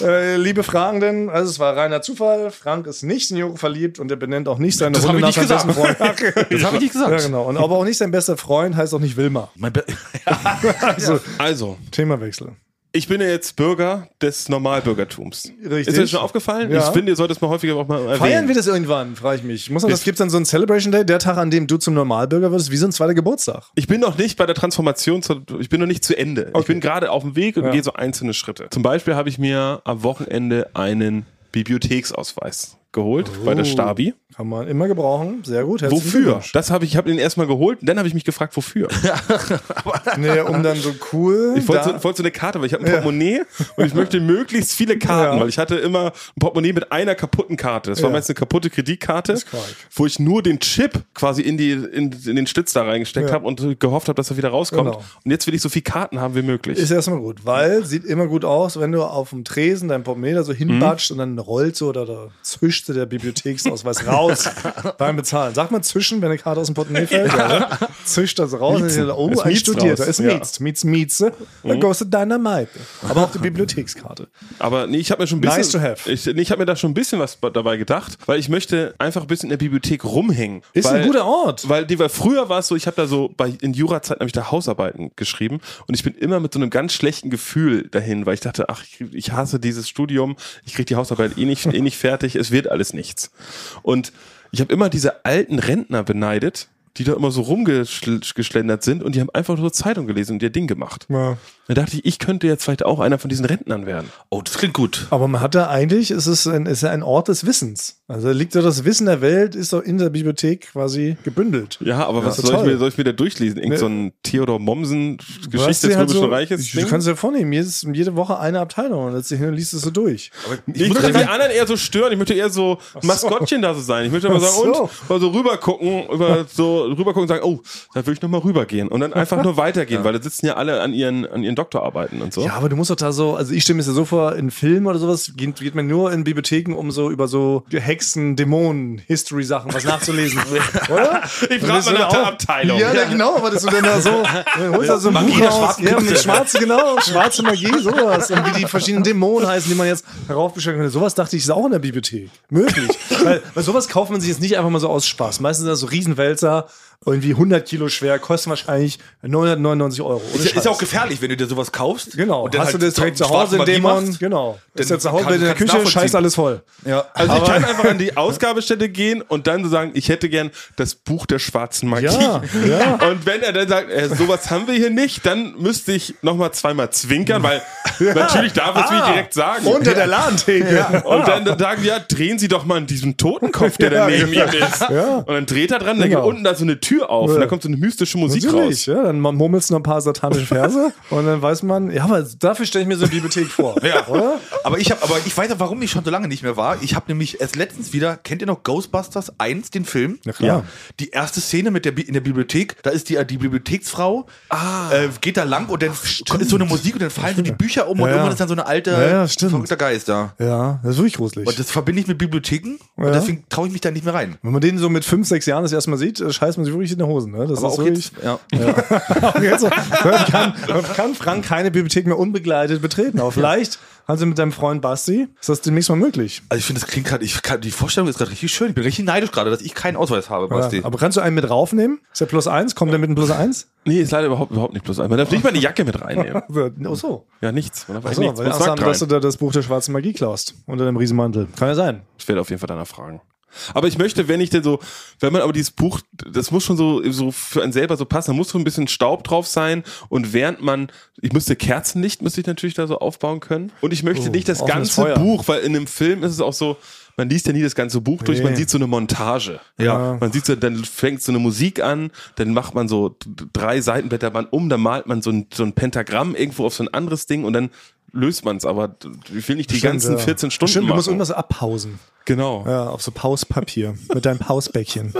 Speaker 3: Äh, liebe Fragenden, also es war reiner Zufall. Frank ist nicht in Joko verliebt und er benennt auch nicht seine
Speaker 2: Das
Speaker 3: Hunde
Speaker 2: hab ich nicht
Speaker 3: nach seinem
Speaker 2: gesagt.
Speaker 3: besten Freund.
Speaker 2: Das habe ich nicht gesagt.
Speaker 3: ja, genau. Und aber auch nicht sein bester Freund heißt auch nicht Wilma.
Speaker 2: Mein Be
Speaker 3: Also
Speaker 1: Also,
Speaker 3: Themawechsel.
Speaker 1: ich bin ja jetzt Bürger des Normalbürgertums.
Speaker 3: Richtig.
Speaker 1: Ist dir das schon aufgefallen?
Speaker 3: Ja.
Speaker 1: Ich finde, ihr solltet es mal häufiger auch mal erwähnen.
Speaker 3: Feiern wir das irgendwann, frage ich mich. Muss man das, gibt es dann so einen Celebration Day, der Tag, an dem du zum Normalbürger wirst, wie so ein zweiter Geburtstag.
Speaker 1: Ich bin noch nicht bei der Transformation, zu- ich bin noch nicht zu Ende. Ich bin gerade auf dem Weg und gehe so einzelne Schritte. Zum Beispiel habe ich mir am Wochenende einen Bibliotheksausweis geholt bei der Stabi.
Speaker 3: Kann man immer gebrauchen. Sehr gut. herzlichen
Speaker 1: Wofür?
Speaker 3: Glückwunsch.
Speaker 1: Oh. Das habe ich, ich habe den erstmal geholt und dann habe ich mich gefragt, wofür.
Speaker 3: Nee, um dann so cool.
Speaker 1: Ich wollte,
Speaker 3: da-
Speaker 1: so, wollte so eine Karte, weil ich habe ein Portemonnaie und ich möchte möglichst viele Karten,
Speaker 3: Ja.
Speaker 1: weil ich hatte immer ein Portemonnaie mit einer kaputten Karte. Das war
Speaker 3: Ja.
Speaker 1: meist eine kaputte Kreditkarte,
Speaker 3: ist korrekt.
Speaker 1: wo ich nur den Chip quasi in, die, in, in den Schlitz da reingesteckt
Speaker 3: Ja.
Speaker 1: habe und gehofft habe, dass er wieder rauskommt.
Speaker 3: Genau.
Speaker 1: Und jetzt will ich so viele Karten haben wie möglich.
Speaker 3: Ist erstmal gut, weil sieht immer gut aus, wenn du auf dem Tresen dein Portemonnaie da so
Speaker 1: Mhm.
Speaker 3: hinbatscht und dann rollt so oder da zischte der Bibliotheksausweis raus beim Bezahlen. Sagt man zischen, wenn eine Karte aus dem Portemonnaie fällt? oder? Zischt das raus und dann, oh,
Speaker 1: ne? Es
Speaker 3: ein
Speaker 1: mietzt
Speaker 3: Studierter,
Speaker 1: raus.
Speaker 3: es
Speaker 1: Ja. Mhm.
Speaker 3: mietzt, mietzt, mietzt, dann goes to Dynamite. Aber auch die Bibliothekskarte.
Speaker 1: Aber nee, ich habe mir schon ein bisschen,
Speaker 3: Nice to have.
Speaker 1: ich, nee, ich habe mir da schon ein bisschen was ba- dabei gedacht, weil ich möchte einfach ein bisschen in der Bibliothek rumhängen.
Speaker 3: Ist
Speaker 1: weil,
Speaker 3: ein guter Ort.
Speaker 1: Weil die war früher war es so, ich habe da so bei in Jurazeiten habe ich da Hausarbeiten geschrieben und ich bin immer mit so einem ganz schlechten Gefühl dahin, weil ich dachte, ach, ich, ich hasse dieses Studium, ich kriege die Hausarbeit eh nicht eh nicht fertig, es wird alles nichts. Und ich habe immer diese alten Rentner beneidet, die da immer so rumgeschlendert sind und die haben einfach nur Zeitung gelesen und ihr Ding gemacht.
Speaker 3: Ja.
Speaker 1: Da dachte ich, ich könnte jetzt vielleicht auch einer von diesen Rentnern werden.
Speaker 2: oh, das klingt gut.
Speaker 3: Aber man hat da eigentlich, ist es ein, ist ja ein Ort des Wissens. Also liegt so das Wissen der Welt, ist doch in der Bibliothek quasi gebündelt.
Speaker 1: Ja, aber was
Speaker 3: Ja,
Speaker 1: soll ich,
Speaker 3: toll.
Speaker 1: mir, soll ich mir da durchlesen? Irgend
Speaker 3: Ne.
Speaker 1: so ein Theodor
Speaker 3: Du hast
Speaker 1: Mommsen-Geschichte
Speaker 3: dir
Speaker 1: des
Speaker 3: halt
Speaker 1: Römischen
Speaker 3: so-
Speaker 1: Reiches?
Speaker 3: Ich- Du
Speaker 1: Ding?
Speaker 3: kannst dir vornehmen, jedes, jede Woche eine Abteilung und letztlich hin und liest es so durch.
Speaker 1: Ich, möchte die anderen eher so stören. Ich möchte eher so Maskottchen da so sein. Ich möchte immer
Speaker 3: Ach
Speaker 1: sagen,
Speaker 3: so.
Speaker 1: und mal so rübergucken, über so rübergucken und sagen, oh, da würde ich nochmal rübergehen. Und dann einfach nur weitergehen, weil da sitzen ja alle an ihren, an ihren Doktorarbeiten und so.
Speaker 3: Ja, aber du musst doch da so, also ich stelle mir das ja so vor, in Filmen oder sowas geht, geht man nur in Bibliotheken, um so über so Hexen, Dämonen, History-Sachen was nachzulesen. oder?
Speaker 1: Ich
Speaker 3: Und das
Speaker 1: frage mal nach
Speaker 3: ist dann
Speaker 1: der
Speaker 3: auch-
Speaker 1: Abteilung.
Speaker 3: Ja, ja, genau, aber das ist dann da so, dann holst da so ein
Speaker 2: Magie
Speaker 3: Buch
Speaker 2: der
Speaker 3: raus.
Speaker 2: schwarzen
Speaker 3: Ja,
Speaker 2: Künste.
Speaker 3: mit schwarze, genau, schwarze Magie, sowas. Und wie die verschiedenen Dämonen heißen, die man jetzt heraufbeschreiben könnte. Sowas dachte ich, ist auch in der Bibliothek. Möglich. weil, weil sowas kauft man sich jetzt nicht einfach mal so aus Spaß. Meistens sind das so Riesenwälzer, irgendwie 100 Kilo schwer, kosten wahrscheinlich 999 Euro. Ohne
Speaker 2: Ist, ja-
Speaker 3: Scheiß.
Speaker 2: ist ja auch gefährlich, wenn du dir sowas kaufst.
Speaker 3: Genau,
Speaker 2: Und dann
Speaker 3: hast
Speaker 2: halt
Speaker 3: du das direkt zu
Speaker 2: schwarze
Speaker 3: Hause in
Speaker 2: Magie
Speaker 3: Dämon?
Speaker 2: machst.
Speaker 3: Genau. Ist ja zu Hause
Speaker 2: kann-
Speaker 3: in der
Speaker 2: kannst
Speaker 3: Küche,
Speaker 2: nachvollziehen.
Speaker 3: scheiß alles voll.
Speaker 2: Ja.
Speaker 1: Also ich kann einfach an die Ausgabestätte gehen und dann so sagen, ich hätte gern das Buch der schwarzen Magie.
Speaker 3: Ja, ja.
Speaker 1: Und wenn er dann sagt, äh, sowas haben wir hier nicht, dann müsste ich nochmal zweimal zwinkern, weil natürlich darf es nicht direkt sagen.
Speaker 3: Unter Ah! der Ladentheke.
Speaker 1: Und dann, dann sagen die, ja, drehen Sie doch mal an diesem Totenkopf, der
Speaker 3: Ja,
Speaker 1: daneben ihm ist.
Speaker 3: Ja.
Speaker 1: Und dann dreht er dran, dann
Speaker 3: Genau.
Speaker 1: geht unten da so eine Tür auf und da kommt so eine mystische Musik
Speaker 3: Natürlich,
Speaker 1: raus.
Speaker 3: ja, dann murmelst du noch ein paar satanische Verse und dann weiß man, ja, aber dafür stelle ich mir so eine Bibliothek vor.
Speaker 2: Ja.
Speaker 3: Oder?
Speaker 2: Aber ich habe, aber ich weiß ja, warum ich schon so lange nicht mehr war. Ich habe nämlich erst letztens wieder, kennt ihr noch Ghostbusters 1, den Film?
Speaker 3: Na klar.
Speaker 2: Die erste Szene mit der Bi in der Bibliothek, da ist die, äh, die Bibliotheksfrau, äh, geht da lang und dann ist so eine Musik und dann fallen so die Bücher um und
Speaker 3: Ah. Ja, ja.
Speaker 2: irgendwann ist dann so eine alte
Speaker 3: Ja, ja, stimmt.
Speaker 2: verrückter Geist da.
Speaker 3: Ja, das ist wirklich gruselig.
Speaker 2: Und das verbinde ich mit Bibliotheken
Speaker 3: Ja.
Speaker 2: und deswegen traue ich mich da nicht mehr rein.
Speaker 3: Wenn man den so mit fünf, sechs Jahren das erste Mal sieht, äh, scheißt man sich wirklich in die Hosen. Ne? Das
Speaker 2: Aber
Speaker 3: ist
Speaker 2: auch
Speaker 3: wirklich,
Speaker 2: jetzt, ja.
Speaker 3: auch jetzt so, man kann, man kann Frank keine Bibliothek mehr unbegleitet betreten. Aber vielleicht haben sie mit deinem Freund Basti, ist das demnächst mal möglich.
Speaker 2: Also ich finde, das klingt gerade, ich kann, die Vorstellung ist gerade richtig schön. Ich bin richtig neidisch gerade, dass ich keinen Ausweis habe, Basti.
Speaker 3: Ja, aber kannst du einen mit raufnehmen? Ist der plus eins? Kommt der mit einem plus eins?
Speaker 1: Nee, ist leider überhaupt, überhaupt nicht bloß ein. Man darf nicht mal eine Jacke mit reinnehmen.
Speaker 3: Oh so.
Speaker 1: Ja, nichts. Man darf eigentlich
Speaker 3: So,
Speaker 1: nichts.
Speaker 3: weil
Speaker 1: Man
Speaker 3: Angst haben,
Speaker 1: sagt
Speaker 3: dass du
Speaker 1: rein.
Speaker 3: da das Buch der schwarzen Magie klaust unter deinem Riesenmantel. Kann ja sein.
Speaker 1: Ich werde auf jeden Fall danach fragen. Aber ich möchte, wenn ich denn so, wenn man aber dieses Buch, das muss schon so, so für einen selber so passen, da muss so ein bisschen Staub drauf sein und während man, ich müsste Kerzenlicht, müsste ich natürlich da so aufbauen können und ich möchte
Speaker 3: Oh,
Speaker 1: nicht das
Speaker 3: offenes
Speaker 1: ganze
Speaker 3: Feuer.
Speaker 1: Buch, weil in einem Film ist es auch so, man liest ja nie das ganze Buch durch, man
Speaker 3: Nee.
Speaker 1: sieht so eine Montage.
Speaker 3: Ja.
Speaker 1: Man sieht so, dann fängt so eine Musik an, dann macht man so d- drei Seitenblätter man um, dann malt man so ein, so ein Pentagramm irgendwo auf so ein anderes Ding und dann löst man es. Aber d- ich will nicht die ganzen 14 Stunden
Speaker 3: Stimmt, du musst
Speaker 1: machen.
Speaker 3: irgendwas abpausen.
Speaker 1: Genau.
Speaker 3: Ja, auf so Pauspapier. mit deinem Pausbäckchen.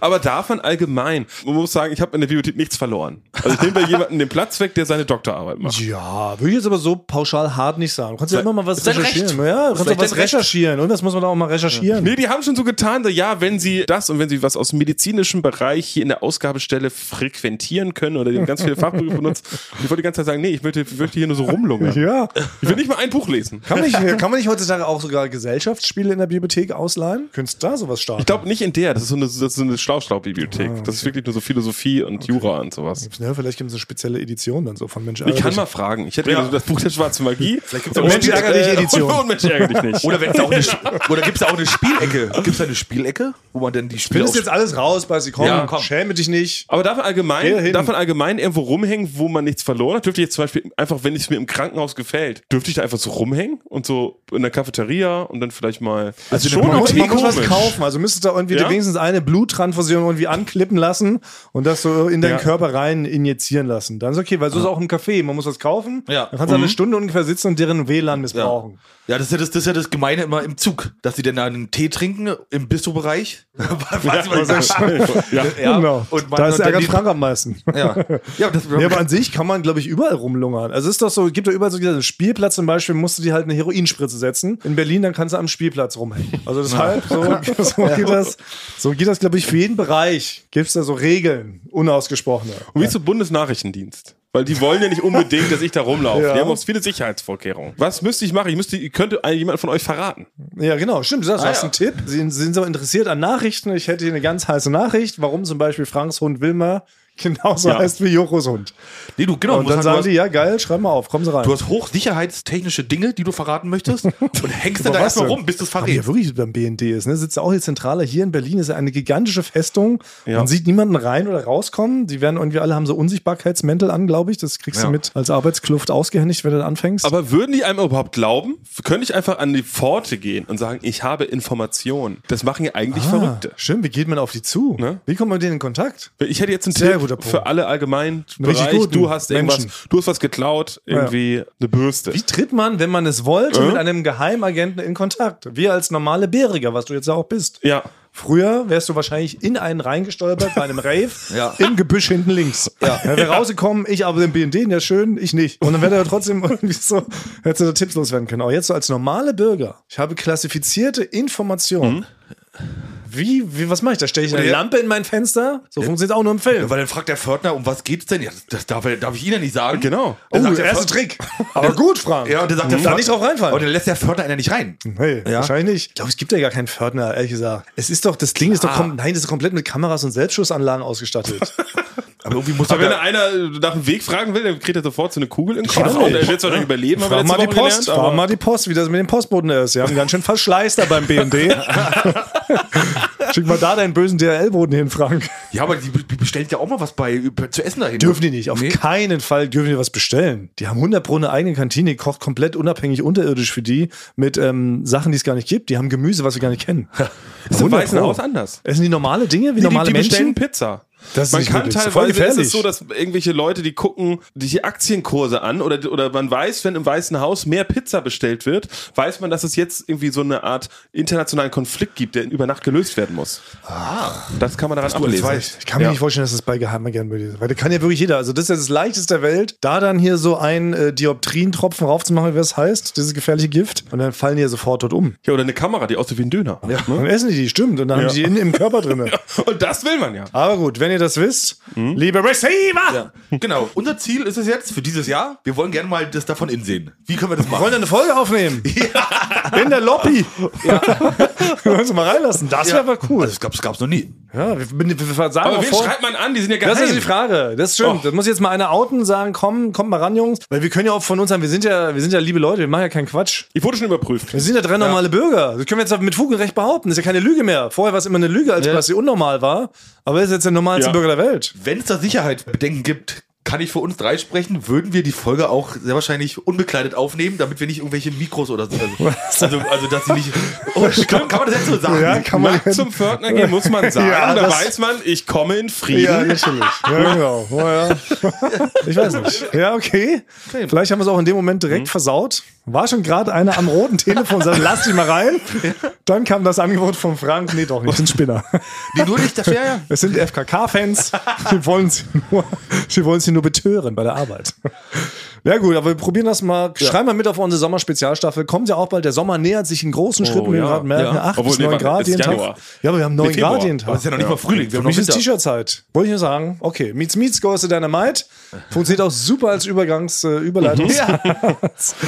Speaker 1: Aber davon allgemein, man muss sagen, ich habe in der Bibliothek nichts verloren. Also ich nehme bei jemandem den Platz weg, der seine Doktorarbeit macht.
Speaker 3: Ja, würde ich jetzt aber so pauschal hart nicht sagen. Du kannst ja immer mal was
Speaker 2: dein
Speaker 3: recherchieren. ne?
Speaker 2: Recht.
Speaker 3: Ja, du
Speaker 2: Ist
Speaker 3: kannst auch
Speaker 2: vielleicht
Speaker 3: was
Speaker 2: dein Recht.
Speaker 3: recherchieren. Und das muss man doch auch mal recherchieren.
Speaker 1: Nee, die haben schon so getan, so, ja, wenn sie das und wenn sie was aus dem medizinischen Bereich hier in der Ausgabestelle frequentieren können oder die haben ganz viele Fachbegriffe benutzt. Und Ich wollte die ganze Zeit sagen, nee, ich möchte, ich möchte hier nur so rumlungern.
Speaker 3: Ja.
Speaker 1: Ich will nicht mal ein Buch lesen.
Speaker 3: Kann man, nicht, kann man nicht heutzutage auch sogar Gesellschaftsspiele in der Bibliothek ausleihen? Könntest du da sowas starten?
Speaker 1: Ich glaube nicht in der, das ist so eine, das ist so eine Schlauschlau-Bibliothek. Das ist wirklich nur so Philosophie und Jura und sowas.
Speaker 3: Ja, Ne, vielleicht gibt es eine spezielle Edition dann so von Mensch.
Speaker 1: Ich kann
Speaker 3: Ärger
Speaker 1: mal fragen. Ich hätte ja. das Buch der schwarzen Magie. Vielleicht
Speaker 3: gibt's ja Mensch, ärger dich Edition.
Speaker 1: Und, und Mensch, ärger dich nicht.
Speaker 2: Oder, wenn's auch eine, Sp- oder gibt's da auch eine Spielecke? Gibt's da eine Spielecke, wo man denn die
Speaker 3: dich.
Speaker 2: Spiele
Speaker 3: Findest jetzt alles raus, bei sie komm,
Speaker 1: Ja, komm.
Speaker 3: schäme dich nicht.
Speaker 1: Aber davon
Speaker 3: Geh
Speaker 1: allgemein,
Speaker 3: hin.
Speaker 1: davon allgemein irgendwo rumhängen, wo man nichts verloren hat, dürfte ich jetzt zum Beispiel einfach, wenn es mir im Krankenhaus gefällt, dürfte ich da einfach so rumhängen und so in der Cafeteria und dann vielleicht mal. Also
Speaker 3: Man muss, man muss was kaufen. Also müsstest du da irgendwie
Speaker 1: Ja?
Speaker 3: wenigstens eine Bluttransfusion irgendwie anklippen lassen und das so in deinen
Speaker 1: Ja.
Speaker 3: Körper rein injizieren lassen. Dann ist okay, weil so ist auch im Café. Man muss was kaufen.
Speaker 2: Ja. Mhm.
Speaker 3: Dann kannst du eine Stunde ungefähr sitzen und deren WLAN missbrauchen.
Speaker 2: Ja, das ist ja das, das, ist ja das Gemeine immer im Zug, dass sie dann einen Tee trinken im Bistro-Bereich. Weiß man nicht.
Speaker 1: ja.
Speaker 2: Ja,
Speaker 3: Genau.
Speaker 2: und man-
Speaker 3: da ist
Speaker 2: und dann
Speaker 3: ärgert
Speaker 2: die-
Speaker 3: Frank am meisten.
Speaker 2: ja. ja, das,
Speaker 3: Ja, aber an sich kann man, glaube ich, überall rumlungern. Also es ist doch so, gibt doch überall so diesen Spielplatz zum Beispiel, musst du dir halt eine Heroinspritze setzen. In Berlin, dann kannst du am Spielplatz rumhängen. Also deshalb, so, so geht das, so geht das, glaube ich, für jeden Bereich. Gibt es da so Regeln, unausgesprochene.
Speaker 1: Und wie zum Bundesnachrichtendienst. Weil die wollen ja nicht unbedingt, dass ich da rumlaufe.
Speaker 3: Ja.
Speaker 1: Die haben auch viele Sicherheitsvorkehrungen. Was müsste ich machen? Ich müsste, ich könnte ein- jemand von euch verraten.
Speaker 3: Ja, genau, stimmt. Du sagst, du
Speaker 2: Ah,
Speaker 3: hast
Speaker 2: ja.
Speaker 3: einen Tipp. Sie sind so interessiert an Nachrichten. Ich hätte hier eine ganz heiße Nachricht, warum zum Beispiel Franks Hund Wilma genauso
Speaker 1: Ja.
Speaker 3: heißt wie Jochos Hund.
Speaker 2: nee, du, genau,
Speaker 3: Und
Speaker 2: musst
Speaker 3: dann
Speaker 2: halt-
Speaker 3: sagen die, ja geil, schreib mal auf, kommen sie rein.
Speaker 2: Du hast hochsicherheitstechnische Dinge, die du verraten möchtest und hängst dann da erstmal rum, bis du es
Speaker 3: Haben wir
Speaker 2: verrätst.
Speaker 3: wirklich beim BND ist, ne? Sitzt ja auch hier zentraler hier in Berlin, ist ja eine gigantische Festung.
Speaker 1: Ja.
Speaker 3: Man sieht niemanden rein oder rauskommen. Die werden irgendwie alle haben so Unsichtbarkeitsmäntel an, glaube ich. Das kriegst
Speaker 2: Ja.
Speaker 3: du mit als Arbeitskluft ausgehändigt, wenn du dann anfängst.
Speaker 1: Aber würden die einem überhaupt glauben? Könnte ich einfach an die Pforte gehen und sagen, ich habe Informationen? Das machen ja eigentlich
Speaker 3: Ah.
Speaker 1: Verrückte.
Speaker 3: Schön, wie geht man auf die zu?
Speaker 1: Ne?
Speaker 3: Wie kommt man mit denen in Kontakt?
Speaker 1: Ich hätte jetzt einen
Speaker 3: Sehr
Speaker 1: Tipp
Speaker 3: guter Punkt.
Speaker 1: für alle allgemein.
Speaker 3: Richtig
Speaker 1: Bereich,
Speaker 3: guten
Speaker 1: du hast irgendwas,
Speaker 3: Menschen.
Speaker 1: du hast was geklaut, irgendwie eine Bürste.
Speaker 3: Wie tritt man, wenn man es wollte,
Speaker 1: Äh?
Speaker 3: mit einem Geheimagenten in Kontakt? Wir als normale Bäriger, was du jetzt ja auch bist.
Speaker 1: Ja.
Speaker 3: Früher wärst du wahrscheinlich in einen reingestolpert bei einem Rave
Speaker 2: Ja.
Speaker 3: im Gebüsch hinten links. Ja. Wäre rausgekommen, ich aber den BND, der schön, ich nicht. Und dann wäre er trotzdem irgendwie so, hättest du da Tipps loswerden können. Aber jetzt so als normale Bürger, ich habe klassifizierte Informationen.
Speaker 2: Mhm.
Speaker 3: Wie, wie, was mache ich? Da stelle ich eine
Speaker 2: Oder-
Speaker 3: Lampe in mein Fenster? So funktioniert auch nur im Film.
Speaker 2: Weil dann fragt der Pförtner, um was geht's denn? Ja, das, das darf, er- darf ich Ihnen ja nicht sagen.
Speaker 1: Genau.
Speaker 2: Dann sagt
Speaker 3: Oh, der
Speaker 2: der
Speaker 3: erste
Speaker 2: Pförtner-
Speaker 3: Trick. Aber gut, Frank. Mhm.
Speaker 2: Ja, und dann sagt der
Speaker 3: Da
Speaker 2: Pförtner-
Speaker 3: nicht drauf reinfallen.
Speaker 2: Und dann lässt der Pförtner einen ja nicht rein.
Speaker 3: Hey,
Speaker 2: Ja.
Speaker 3: wahrscheinlich nicht. Ich glaube, es gibt ja gar keinen Pförtner, ehrlich gesagt. Es ist doch, das Ding ist doch,
Speaker 1: Ah.
Speaker 3: kom nein, das ist komplett mit Kameras und Selbstschussanlagen ausgestattet.
Speaker 2: Aber irgendwie muss
Speaker 1: Aber wenn
Speaker 2: der-
Speaker 1: einer nach dem Weg fragen will, dann kriegt er sofort so eine Kugel in den Kopf.
Speaker 3: Genau.
Speaker 1: Und er wird zwar nicht überleben,
Speaker 3: Fahr
Speaker 1: letzte
Speaker 3: mal die
Speaker 1: Woche
Speaker 3: Post,
Speaker 1: gelernt, aber-
Speaker 3: fahr mal die Post, wie das mit dem Postboten ist. Sie haben ganz schön Verschleiß da beim BND. Schick mal da deinen bösen DRL-Boden hin, Frank.
Speaker 2: Ja, aber die be- bestellen ja auch mal was bei zu essen dahin.
Speaker 3: Dürfen die nicht, auf
Speaker 2: Nee.
Speaker 3: keinen Fall dürfen die was bestellen. Die haben 100 pro eine eigene Kantine, die kocht komplett unabhängig unterirdisch für die mit ähm, Sachen, die es gar nicht gibt. Die haben Gemüse, was wir gar nicht kennen.
Speaker 1: Ist im Weißen Haus anders.
Speaker 3: Essen die normale Dinge wie
Speaker 1: Die, die,
Speaker 3: normale
Speaker 1: die bestellen
Speaker 3: Menschen?
Speaker 1: Pizza.
Speaker 3: Das ist
Speaker 1: man
Speaker 3: nicht
Speaker 1: kann
Speaker 3: möglich. Das ist voll
Speaker 1: teilweise ist
Speaker 3: gefährlich.
Speaker 1: es so, dass irgendwelche Leute, die gucken die die Aktienkurse an oder, oder man weiß, wenn im Weißen Haus mehr Pizza bestellt wird, weiß man, dass es jetzt irgendwie so eine Art internationalen Konflikt gibt, der über Nacht gelöst werden muss.
Speaker 3: Ah.
Speaker 1: Das kann man daran
Speaker 2: das
Speaker 1: ablesen.
Speaker 2: weiß
Speaker 3: Ich kann mir nicht vorstellen, dass das bei Geheimagenten möglich ist. Weil da kann ja wirklich jeder. Also das ist ja das Leichteste der Welt, da dann hier so ein äh, Dioptrintropfen raufzumachen, wie das heißt, dieses gefährliche Gift. Und dann fallen die ja sofort dort um.
Speaker 1: Ja, oder eine Kamera, die aussieht wie ein Döner.
Speaker 3: Dann essen die die, stimmt. Und dann haben die die innen im Körper drin.
Speaker 1: Und das will man ja.
Speaker 3: Aber gut, wenn ihr ihr das wisst, liebe Receiver!
Speaker 2: Ja. Genau. Unser Ziel ist es jetzt für dieses Jahr. Wir wollen gerne mal das davon insehen. Wie können wir das
Speaker 3: Wir wollen
Speaker 2: machen?
Speaker 3: da eine Folge aufnehmen. In der Lobby. wir wollen sie mal reinlassen. Das wäre aber cool.
Speaker 2: Also, das gab's, gab's noch nie.
Speaker 3: Ja, wir, wir, wir sagen
Speaker 1: Aber
Speaker 3: auch
Speaker 1: wen
Speaker 3: vor-
Speaker 1: schreibt man an? Die sind ja
Speaker 3: Das
Speaker 1: geheim.
Speaker 3: ist die Frage. Das stimmt. Das muss jetzt mal einer outen, sagen, komm, kommt mal ran, Jungs. Weil wir können ja auch von uns sagen, wir sind ja, wir sind ja liebe Leute, wir machen ja keinen Quatsch.
Speaker 1: Ich wurde schon überprüft.
Speaker 3: Wir sind ja drei normale Bürger. Das können wir jetzt mit Fug und Recht behaupten. Das ist ja keine Lüge mehr. Vorher war es immer eine Lüge, als dass sie unnormal war. Aber er ist jetzt der normalste
Speaker 1: Ja.
Speaker 3: Bürger der Welt.
Speaker 2: Wenn es da Sicherheitsbedenken gibt, kann ich für uns drei sprechen, würden wir die Folge auch sehr wahrscheinlich unbekleidet aufnehmen, damit wir nicht irgendwelche Mikros oder so. Also, also, also dass sie nicht. Oh, kann, kann man das jetzt so sagen?
Speaker 3: kann
Speaker 1: Nackt zum Pförtner gehen, muss man sagen.
Speaker 3: Ja,
Speaker 1: da
Speaker 3: das-
Speaker 1: weiß man, ich komme in Frieden.
Speaker 3: Ja, natürlich. Ja, genau. Oh, ja. Ich weiß nicht. Ja, okay. Mhm. Vielleicht haben wir es auch in dem Moment direkt versaut. War schon gerade einer am roten Telefon und sagte, lass dich mal rein. Dann kam das Angebot von Frank. Nee, doch nicht. Ein Spinner.
Speaker 2: Nee, nur nicht dafür, ja.
Speaker 3: Es sind FKK-Fans. Sie wollen sie nur, sie wollen sie nur betören bei der Arbeit. Ja gut, aber wir probieren das mal. Schreiben wir mit auf unsere Sommerspezialstaffel. Kommt ja auch bald. Der Sommer nähert sich in großen Schritten. Wir
Speaker 1: Oh, ja,
Speaker 3: gerade merken,
Speaker 1: ja.
Speaker 3: acht
Speaker 1: Obwohl,
Speaker 3: bis
Speaker 1: nee,
Speaker 3: neun
Speaker 1: warte,
Speaker 3: Grad
Speaker 1: ist
Speaker 3: jeden Tag.
Speaker 1: Januar.
Speaker 3: Ja, aber wir haben neun
Speaker 1: Februar.
Speaker 3: Grad jeden Tag.
Speaker 2: Aber es ist ja noch nicht mal Frühling. Wir
Speaker 3: Für
Speaker 2: haben noch
Speaker 3: mich ist
Speaker 2: Winter.
Speaker 3: T-Shirt-Zeit. Wollte ich nur sagen. Okay, Meets Meets Goes to Dynamite. Funktioniert auch super als Übergangs äh, Überleitung. Ja.
Speaker 1: Mhm.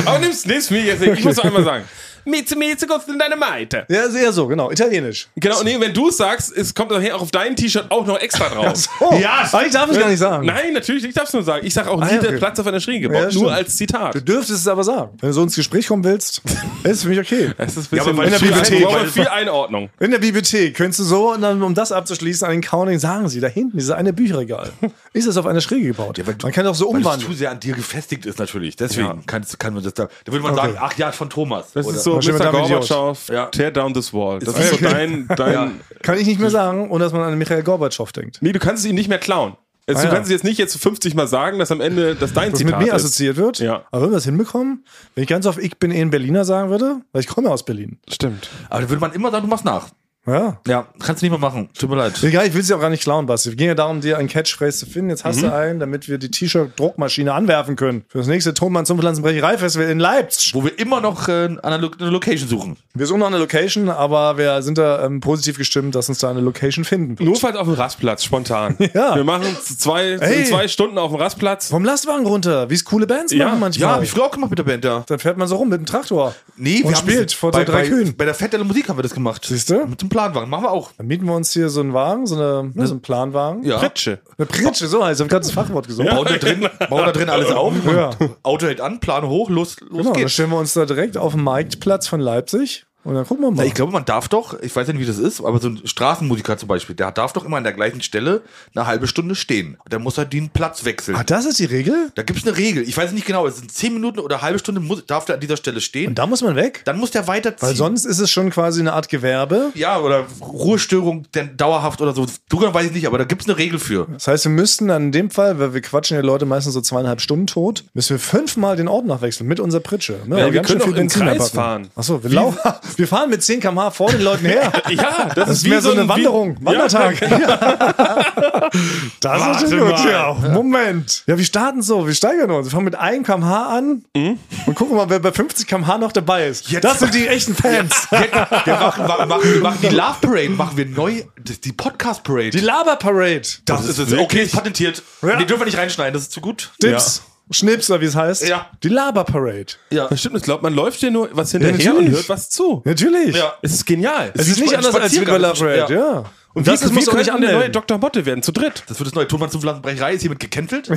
Speaker 1: Aber nimm's, nimm's mir jetzt. Ich muss doch einmal sagen. Mieze, Mieze, kommst in deine Maite.
Speaker 3: ja, sehr so, genau. Italienisch.
Speaker 1: Genau, nee, wenn du es sagst, es kommt nachher auch auf dein T-Shirt auch noch extra drauf.
Speaker 3: ja, ich darf es gar nicht sagen.
Speaker 1: Nein, natürlich, ich darf's nur sagen. Ich sag auch nie
Speaker 3: ja,
Speaker 1: der
Speaker 3: okay.
Speaker 1: Platz auf einer Schräge gebaut,
Speaker 3: Ja, das
Speaker 1: nur
Speaker 3: stimmt.
Speaker 1: als Zitat.
Speaker 3: Du dürftest es aber sagen. Wenn du so ins Gespräch kommen willst, ist für mich okay.
Speaker 1: Das ist
Speaker 2: Ja, aber weil
Speaker 1: in der
Speaker 2: viel
Speaker 1: Bibliothek.
Speaker 2: Bibliothek-
Speaker 1: Braucht man viel halt Einordnung.
Speaker 3: In der Bibliothek könntest du so, und dann, um das abzuschließen, an den Counting sagen sie, da hinten, dieses eine Bücherregal, ist das auf einer Schräge gebaut.
Speaker 2: weil du-
Speaker 3: Man kann auch so
Speaker 2: Weil es zu
Speaker 3: umwandeln.
Speaker 2: sehr an dir gefestigt ist natürlich. Deswegen kannst- kann man das da. Da würde man
Speaker 3: Okay.
Speaker 2: sagen, ach ja, von Thomas.
Speaker 1: Das
Speaker 2: Oder-
Speaker 1: ist so,
Speaker 3: Mal schön mit
Speaker 1: Mr.
Speaker 3: deinem Idiot.
Speaker 1: Gorbatschow,
Speaker 2: Ja.
Speaker 1: tear down this wall. Das
Speaker 2: Ist
Speaker 1: ist so
Speaker 3: okay.
Speaker 1: dein, dein...
Speaker 3: Kann ich nicht mehr sagen, ohne dass man an Michael Gorbatschow denkt.
Speaker 1: Nee, du kannst es ihm nicht mehr klauen. Also,
Speaker 3: Ah,
Speaker 1: du
Speaker 3: ja.
Speaker 1: kannst es jetzt nicht jetzt 50 Mal sagen, dass am Ende das dein
Speaker 3: Was
Speaker 1: Zitat
Speaker 3: mit mir Also,
Speaker 1: ist.
Speaker 3: assoziiert wird.
Speaker 1: Ja.
Speaker 3: Aber wenn wir das hinbekommen, wenn ich ganz oft Ich bin eh ein Berliner sagen würde, weil ich komme aus Berlin.
Speaker 1: Stimmt.
Speaker 2: Aber da würde man immer sagen, du machst nach.
Speaker 3: Ja.
Speaker 2: Ja, kannst du nicht mehr machen. Tut mir leid.
Speaker 3: Egal, ich will sie auch gar nicht klauen, Basti. Wir gehen ja darum, dir einen Catchphrase zu finden. Jetzt
Speaker 2: Mhm.
Speaker 3: hast du einen, damit wir die T-Shirt-Druckmaschine anwerfen können. Für das nächste Tonmann zum Pflanzenbrecherei-Festival in Leipzig.
Speaker 2: Wo wir immer noch äh, an einer Lo eine Location suchen.
Speaker 3: Wir suchen noch eine Location, aber wir sind da ähm, positiv gestimmt, dass uns da eine Location finden. wird.
Speaker 1: Notfalls auf dem Rastplatz, spontan.
Speaker 3: Ja.
Speaker 1: Wir machen z- zwei,
Speaker 3: Ey.
Speaker 1: in zwei Stunden auf dem Rastplatz.
Speaker 3: Vom Lastwagen runter, wie es coole Bands
Speaker 1: Ja,
Speaker 3: machen
Speaker 2: Ja,
Speaker 3: manchmal.
Speaker 2: habe ich früher auch gemacht mit der Band da.
Speaker 3: dann fährt man so rum mit dem Traktor. Genau. und
Speaker 2: haben
Speaker 3: spielt
Speaker 2: das-
Speaker 3: vor
Speaker 2: bei,
Speaker 3: so drei
Speaker 2: bei,
Speaker 3: Kühen.
Speaker 2: Bei der Fettelle Musik haben wir das gemacht.
Speaker 3: Siehst du?
Speaker 2: Mit dem Planwagen machen wir auch.
Speaker 3: Dann mieten wir uns hier so einen Wagen, so, eine, ne, so einen Planwagen.
Speaker 2: Ja.
Speaker 1: Pritsche.
Speaker 3: Eine Pritsche, so heißt es. Ich habe gerade das Fachwort gesucht.
Speaker 2: Bauen da drin, bauen da drin alles auf.
Speaker 3: Ja.
Speaker 2: Auto hält an, Plan hoch, los, los
Speaker 3: Genau, dann
Speaker 2: geht's.
Speaker 3: stellen wir uns da direkt auf den Marktplatz von Leipzig und dann gucken wir mal.
Speaker 2: Ich glaube, man darf doch, ich weiß nicht, wie das ist, aber so ein Straßenmusiker zum Beispiel, der darf doch immer an der gleichen Stelle eine halbe Stunde stehen. Und dann muss er den Platz wechseln.
Speaker 3: ah, das ist die Regel?
Speaker 2: Da gibt's eine Regel. Ich weiß nicht genau, es sind 10 Minuten oder eine halbe Stunde, muss, darf der an dieser Stelle stehen.
Speaker 3: Da muss man weg?
Speaker 2: Dann muss der weiterziehen.
Speaker 3: Weil sonst ist es schon quasi eine Art Gewerbe.
Speaker 2: ja, oder Ruhestörung denn dauerhaft oder so. Sogar weiß ich nicht, aber da gibt's eine Regel für.
Speaker 3: Das heißt, wir müssten dann in dem Fall, weil wir quatschen ja Leute meistens so zweieinhalb Stunden tot, müssen wir fünfmal den Ort nachwechseln mit unserer Pritsche. Ne? Aber
Speaker 1: wir
Speaker 3: ganz schön
Speaker 1: können
Speaker 3: viel
Speaker 1: auch im
Speaker 3: Benzin
Speaker 1: Kreis
Speaker 3: abpacken.
Speaker 1: fahren.
Speaker 3: Ach so, wir, laufen, wir fahren mit 10 km/h vor den Leuten her.
Speaker 1: Ja, das,
Speaker 3: Das ist mehr so eine
Speaker 1: ein-
Speaker 3: Wanderung,
Speaker 1: wie-
Speaker 3: Wandertag.
Speaker 1: Ja,
Speaker 3: Das ist
Speaker 1: Warte
Speaker 3: schon gut,
Speaker 1: mal.
Speaker 3: ja. Moment. Ja, wir starten so, wir steigern uns. Wir fangen mit 1 km/h an
Speaker 1: Mhm.
Speaker 3: und gucken mal, wer bei 50 km/h noch dabei ist.
Speaker 2: Jetzt-
Speaker 3: Das sind die echten Fans.
Speaker 2: Wir machen, wir machen, wir machen die Love Parade, machen wir neu, das, die Podcast Parade.
Speaker 3: Die Laberparade.
Speaker 2: das, ist es. Okay, ist patentiert.
Speaker 3: Ja.
Speaker 2: Die dürfen wir nicht reinschneiden, das ist zu gut.
Speaker 3: Dips, Schnips oder wie es heißt.
Speaker 2: Ja.
Speaker 3: Die Laberparade.
Speaker 1: ja. Stimmt, ich glaube, man läuft dir nur was hinterher und
Speaker 3: natürlich.
Speaker 1: hört was zu.
Speaker 3: Natürlich.
Speaker 2: Ja.
Speaker 1: Es ist genial.
Speaker 3: Es ist nicht anders als wie bei
Speaker 2: Spaziergang.
Speaker 3: Laberparade, ja. ja.
Speaker 1: und das wir,
Speaker 3: muss
Speaker 1: wir könnten der neue Dr. Motte werden, zu dritt.
Speaker 2: Das wird das neue Tonmann zum Pflanzenbrecherei, ist hiermit gecancelt.